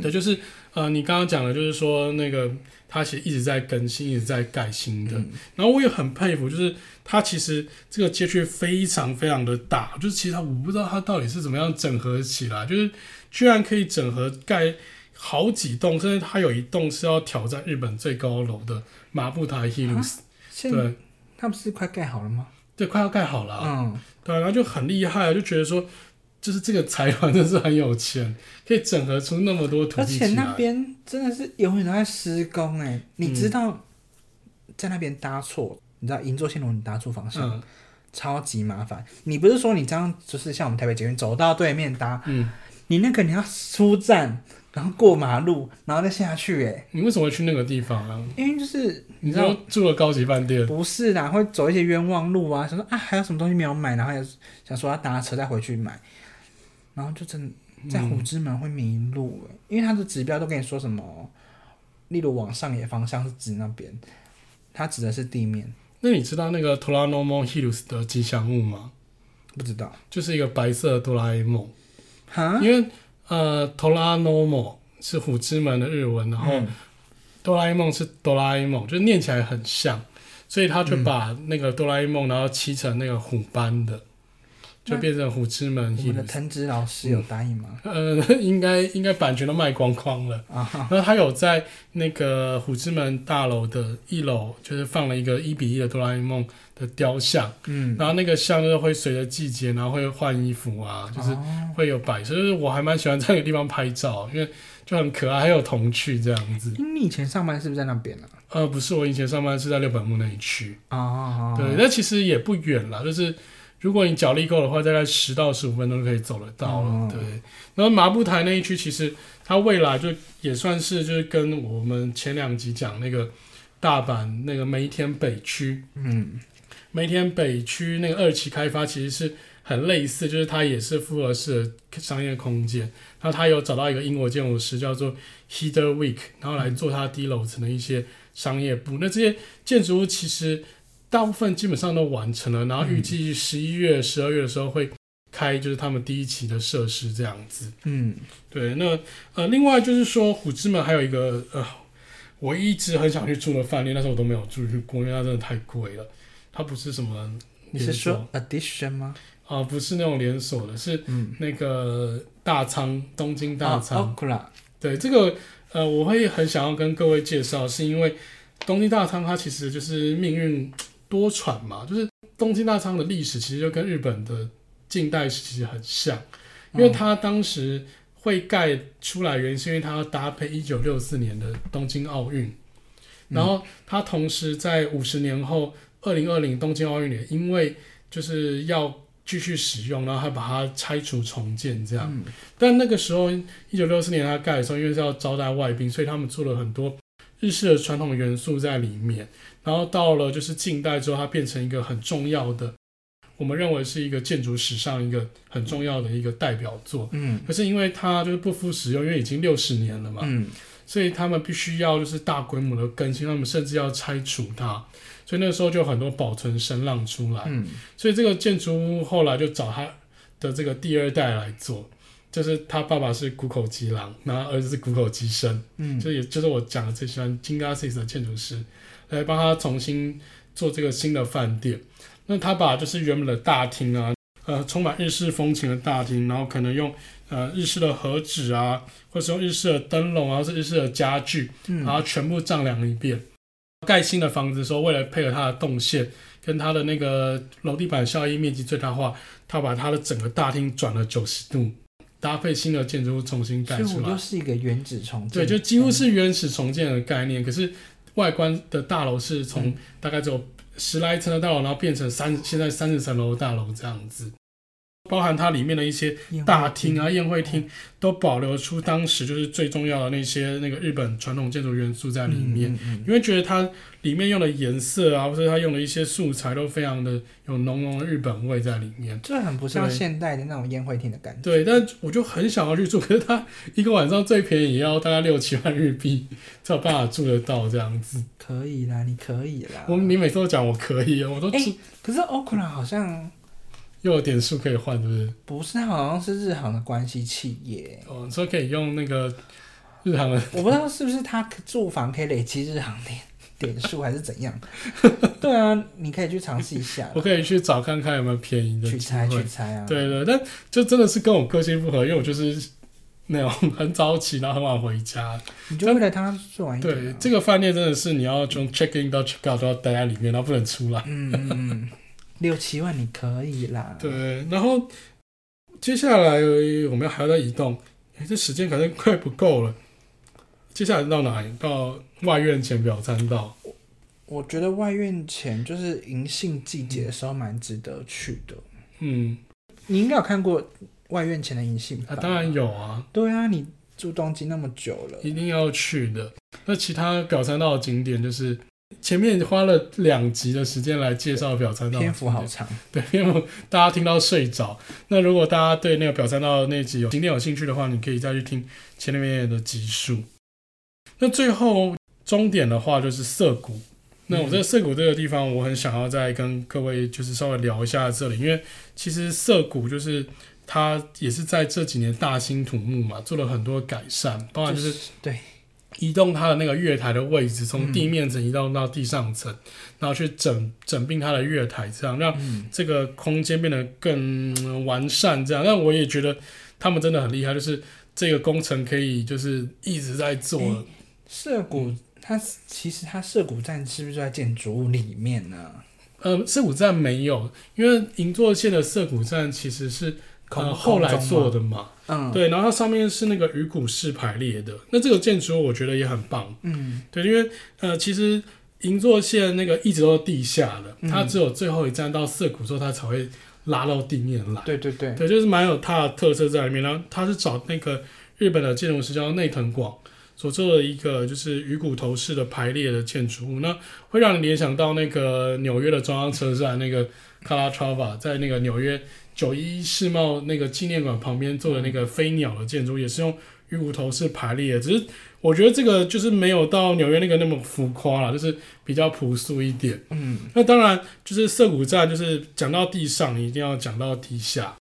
S1: 对，就是呃，你刚刚讲的，就是说那个它其实一直在更新，一直在盖新的。
S2: 嗯
S1: 然后我也很佩服，就是它其实这个街区非常非常的大，就是其实它我不知道它到底是怎么样整合起来，就是居然可以整合盖好几栋，甚至它有一栋是要挑战日本最高楼的麻布台 Hills，
S2: 啊现
S1: 对，
S2: 它不是快盖好了吗？
S1: 对，快要盖好了啊、
S2: 嗯，
S1: 对啊，然后就很厉害啊，就觉得说。就是这个财团真是很有钱，可以整合出那么多土
S2: 而
S1: 地起
S2: 且
S1: 来。嗯
S2: 那边真的是永远都在施工哎，你知道在那边搭错，你知道银座线路你搭错方向
S1: 嗯
S2: 超级麻烦。你不是说你这样就是像我们台北捷运走到对面搭，
S1: 嗯，
S2: 你那个你要出站，然后过马路，然后再下去哎，
S1: 你为什么会去那个地方啊？
S2: 因为就是
S1: 你
S2: 你
S1: 知
S2: 知道
S1: 道住了高级饭店，
S2: 不是啦，会走一些冤枉路啊，想说啊还有什么东西没有买，然后也想说要搭车再回去买，然后就真的在虎之门会迷路、欸因为它的指标都跟你说什么，例如往上野方向是指那边，它指的是地面，
S1: 那你知道那个 t o r a n o m o Hills 的吉祥物吗？
S2: 不知道
S1: 就是一个白色的哆啦 A 梦，
S2: 哈，
S1: 因为呃 t o r a n o m o 是虎之门的日文，然后
S2: 嗯
S1: 哆啦 A 梦是哆啦 A 梦，就念起来很像，所以他就把那个哆啦 A 梦，然后漆成那个虎斑的，就变成虎之门
S2: 我们的
S1: Hills。
S2: 藤子老师有答应吗？
S1: 呃， 应该应该版权都卖光光了。
S2: 啊哈，
S1: 然后他有在那个虎之门大楼的一楼，就是放了一个一比一的哆啦 A 梦的雕像，
S2: 嗯，
S1: 然后那个像就是会随着季节，然后会换衣服啊，就是
S2: 哦
S1: 会有摆设，就是我还蛮喜欢在那个地方拍照，因为就很可爱，还有童趣这样子。
S2: 因为你以前上班是不是在那边啊？
S1: 呃，不是，我以前上班是在六本木那一区，
S2: 哦哦，哦
S1: 对，，那其实也不远啦，就是如果你脚力够的话，大概十到十五分钟就可以走得到了。
S2: 哦
S1: 对，然后麻布台那一区，其实它未来就也算是就是跟我们前两集讲那个大阪那个梅田北区，
S2: 嗯，
S1: 梅田北区那个二期开发其实是很类似，就是它也是复合式的商业空间，然后它有找到一个英国建筑师叫做 Heather Wick，然后来做它低楼层的一些商业部。那这些建筑物其实大部分基本上都完成了，然后预计十一月、十二月的时候会开，就是他们第一期的设施这样子。
S2: 嗯，
S1: 对，那呃，另外就是说，虎之门还有一个呃，我一直很想去住的饭店，但是我都没有住去过，因为它真的太贵了。它不是什么
S2: 你
S1: 连锁，
S2: 是说嗯 addition 吗？
S1: 啊、不是那种连锁的，是
S2: 嗯，
S1: 那个大仓，东京大
S2: 哦
S1: 仓。
S2: ，Okura，
S1: 对，这个呃，我会很想要跟各位介绍，是因为东京大仓它其实就是命运多舛嘛，就是东京大仓的历史其实就跟日本的近代史其实很像。因为它当时会盖出来，原因是因为它要搭配一九六四年的东京奥运，然后它同时在五十年后二零二零东京奥运也因为就是要继续使用，然后还把它拆除重建这样。
S2: 嗯
S1: 但那个时候一九六四年它盖的时候，因为是要招待外宾，所以他们做了很多日式的传统元素在里面。然后到了就是近代之后，它变成一个很重要的，我们认为是一个建筑史上一个很重要的一个代表作。
S2: 嗯
S1: 可是因为它就是不敷使用，因为已经六十年了嘛，
S2: 嗯
S1: 所以他们必须要就是大规模的更新，他们甚至要拆除它，所以那时候就有很多保存声浪出来。
S2: 嗯
S1: 所以这个建筑物后来就找他的这个第二代来做，就是他爸爸是谷口吉郎，然后儿子是谷口吉生，
S2: 嗯，
S1: 就也就是我讲的最喜欢金刚 six 的建筑师，来帮他重新做这个新的饭店。那他把就是原本的大厅啊，呃，充满日式风情的大厅，然后可能用呃日式的和纸啊，或是用日式的灯笼啊，或是日式的家具，
S2: 嗯
S1: 然后全部丈量一遍。盖新的房子的时候，为了配合它的动线跟它的那个楼地板效益面积最大化，他把它的整个大厅转了九十度，搭配新的建筑物重新盖
S2: 所以
S1: 出
S2: 我
S1: 来
S2: 就。是一个原子重建，
S1: 对，就几乎是原始重建的概念。可是外观的大楼是
S2: 嗯
S1: 从大概只有十来层的大楼，然后变成三现在三十层楼的大楼这样子，包含它里面的一些
S2: 宴会
S1: 大厅
S2: 嗯
S1: 啊、宴会厅都保留出当时就是最重要的那些那个日本传统建筑元素在里面。，
S2: 嗯嗯嗯
S1: 你会觉得它里面用的颜色啊，或者它用的一些素材都非常的有浓浓的日本味在里面。
S2: 这很不像
S1: 对
S2: 现代的那种宴会厅的感觉。
S1: 对，但我就很想要去住，可是它一个晚上最便宜也要大概六七万日币，才有办法住得到这样子。
S2: 可以啦，你可以啦。
S1: 我你每次都讲我可以，我都
S2: 嗯哎
S1: 住
S2: 可是 Okura 好像
S1: 又有点数可以换，是不是？
S2: 不是，它好像是日航的关系企 业。
S1: 哦，你说可以用那个日航的，
S2: 我不知道是不是他住房可以累积日航点点数，还是 怎样。对啊，你可以去尝试一下
S1: 我可以去找看看有没有便宜的
S2: 取
S1: 机
S2: 材
S1: 会
S2: 取。材啊。
S1: 对对，但就真的是跟我个性不合，因为我就是那种很早起，然后很晚回家。
S2: 你就为了他做完一点
S1: 对
S2: 哎啊，
S1: 这个饭店真的是你要从 check in 到 check out 都要待在里面，然后不能出来。
S2: 嗯嗯嗯，六七万你可以啦。，
S1: 对，然后接下来我们还要再移动，诶这时间反正快不够了。接下来到哪里？到外院前表参道。
S2: 我觉得外院前就是银杏季节的时候蛮值得去的。
S1: 嗯，
S2: 你应该有看过外院前的银杏吧、
S1: 啊，当然。有啊，
S2: 对啊，你住东京那么久了，
S1: 一定要去的。那其他表参道的景点就是前面花了两集的时间来介绍表参道的景点，
S2: 篇幅好长。
S1: 对，因为我大家听到睡着。那如果大家对那个表参道那集有景点有兴趣的话，你可以再去听前面的集数。那最后终点的话就是涩谷。那我在涩谷这个地方，我很想要再跟各位就是稍微聊一下这里，因为其实涩谷就是它也是在这几年大兴土木嘛，做了很多改善，包含哦就是
S2: 对，
S1: 移动它的那个月台的位置，从地面层移动到地上层，然后去整整并它的月台，这样让
S2: 嗯
S1: 这个空间变得更嗯完善，这样。但我也觉得他们真的很厉害，就是这个工程可以就是一直在做。
S2: 诶涩谷
S1: 呃
S2: 嗯它其实它涩谷站是不是就在建筑物里面啊呢？
S1: 呃，涩谷站没有，因为银座线的涩谷站其实是呃
S2: 空
S1: 后来
S2: 空中吗
S1: 做的嘛，
S2: 嗯，，
S1: 对。然后它上面是那个鱼骨式排列的，那这个建筑我觉得也很棒，
S2: 嗯
S1: 对，因为呃，其实银座线那个一直都是地下的，它
S2: 嗯
S1: 只有最后一站到涩谷之后，它才会拉到地面来。
S2: 对对对，
S1: 对，就是蛮有它的特色在里面。然后它是找那个日本的建筑师叫内藤广，所做的一个就是鱼骨头式的排列的建筑物，那会让你联想到那个纽约的中央车站那个 Calatrava，在那个纽约九一一世贸那个纪念馆旁边做的那个飞鸟的建筑，也是用鱼骨头式排列的，只是我觉得这个就是没有到纽约那个那么浮夸啦，就是比较朴素一点。
S2: 嗯，
S1: 那当然，就是涩谷站，就是讲到地上，一定要讲到地下。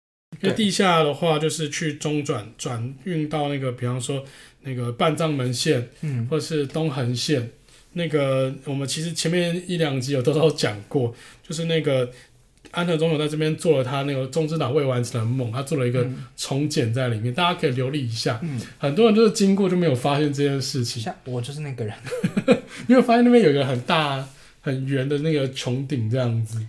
S1: 因为
S2: 对
S1: 地下的话，就是去中转转运到那个，比方说那个半藏门线
S2: 嗯，
S1: 或是东横线。那个我们其实前面一两集有都有讲过，就是那个安藤忠雄在这边做了他那个中之岛未完成的梦，他做了一个
S2: 嗯
S1: 重剪在里面，大家可以留意一下。
S2: 嗯，
S1: 很多人就是经过就没有发现这件事情，
S2: 像我就是那个人，
S1: 因为发现那边有一个很大很圆的那个穹顶这样子。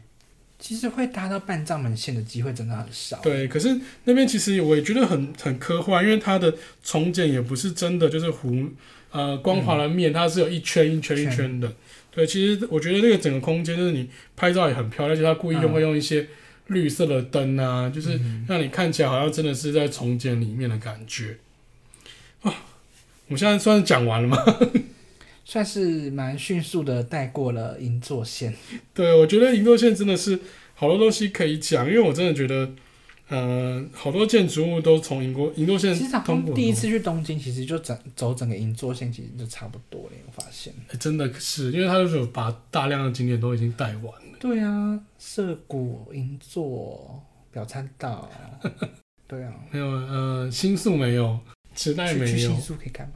S2: 其实会搭到半藏门线的机会真的很少。，
S1: 对，可是那边其实我也觉得很很科幻，因为它的重建也不是真的就是弧呃光滑的面，它是有一圈一圈一圈的。对，其实我觉得那个整个空间就是你拍照也很漂亮，而且它故意用
S2: 嗯
S1: 会用一些绿色的灯啊，就是
S2: 嗯
S1: 让你看起来好像真的是在重建里面的感觉。啊，我们现在算是讲完了吗？
S2: 算是蛮迅速的带过了银座线。
S1: 对，我觉得银座线真的是好多东西可以讲，因为我真的觉得。呃，好多建筑物都从银国银座线
S2: 其实好
S1: 通
S2: 像
S1: 过。
S2: 第一次去东京，其实就整走整个银座线，其实就差不多了。我发现。
S1: 欸真的是，因为他就是有把大量的景点都已经带完了。
S2: 对啊，涩谷、银座、表参 道，对啊，
S1: 没有，呃，新宿没有，池袋
S2: 去去
S1: 没有
S2: 新，宿可以干嘛？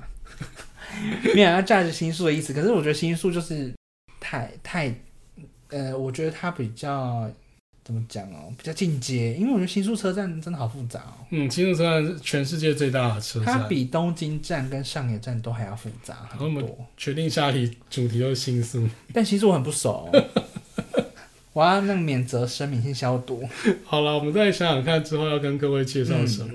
S2: 没有要啊价值新宿的意思，可是我觉得新宿就是太太，呃，我觉得它比较怎么讲哦，比较进阶，因为我觉得新宿车站真的好复杂哦，
S1: 嗯，新宿车站是全世界最大的车
S2: 它
S1: 站。
S2: 比东京站跟上野站都还要复杂
S1: 那
S2: 很
S1: 么
S2: 多。
S1: 决定下一题主题就是新宿。
S2: 但其实我很不熟、 我要那个免责声明先消毒。
S1: 好了，我们再想想看之后要跟各位介绍什
S2: 嗯
S1: 么。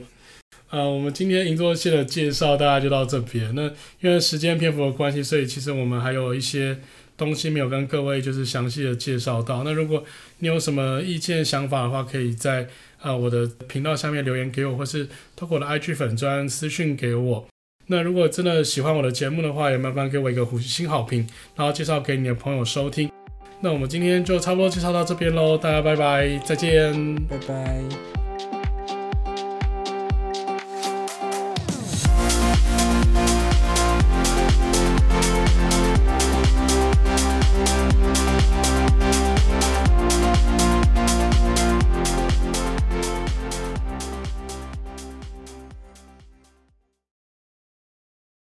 S1: 呃，我们今天银座线的介绍大概就到这边。那因为时间篇幅的关系，所以其实我们还有一些东西没有跟各位就是详细的介绍到。那如果你有什么意见想法的话，可以在呃我的频道下面留言给我，或是透过我的 IG 粉专私讯给我。那如果真的喜欢我的节目的话，也麻烦给我一个五星好评，然后介绍给你的朋友收听。那我们今天就差不多介绍到这边喽，大家拜拜，再见。
S2: 拜拜。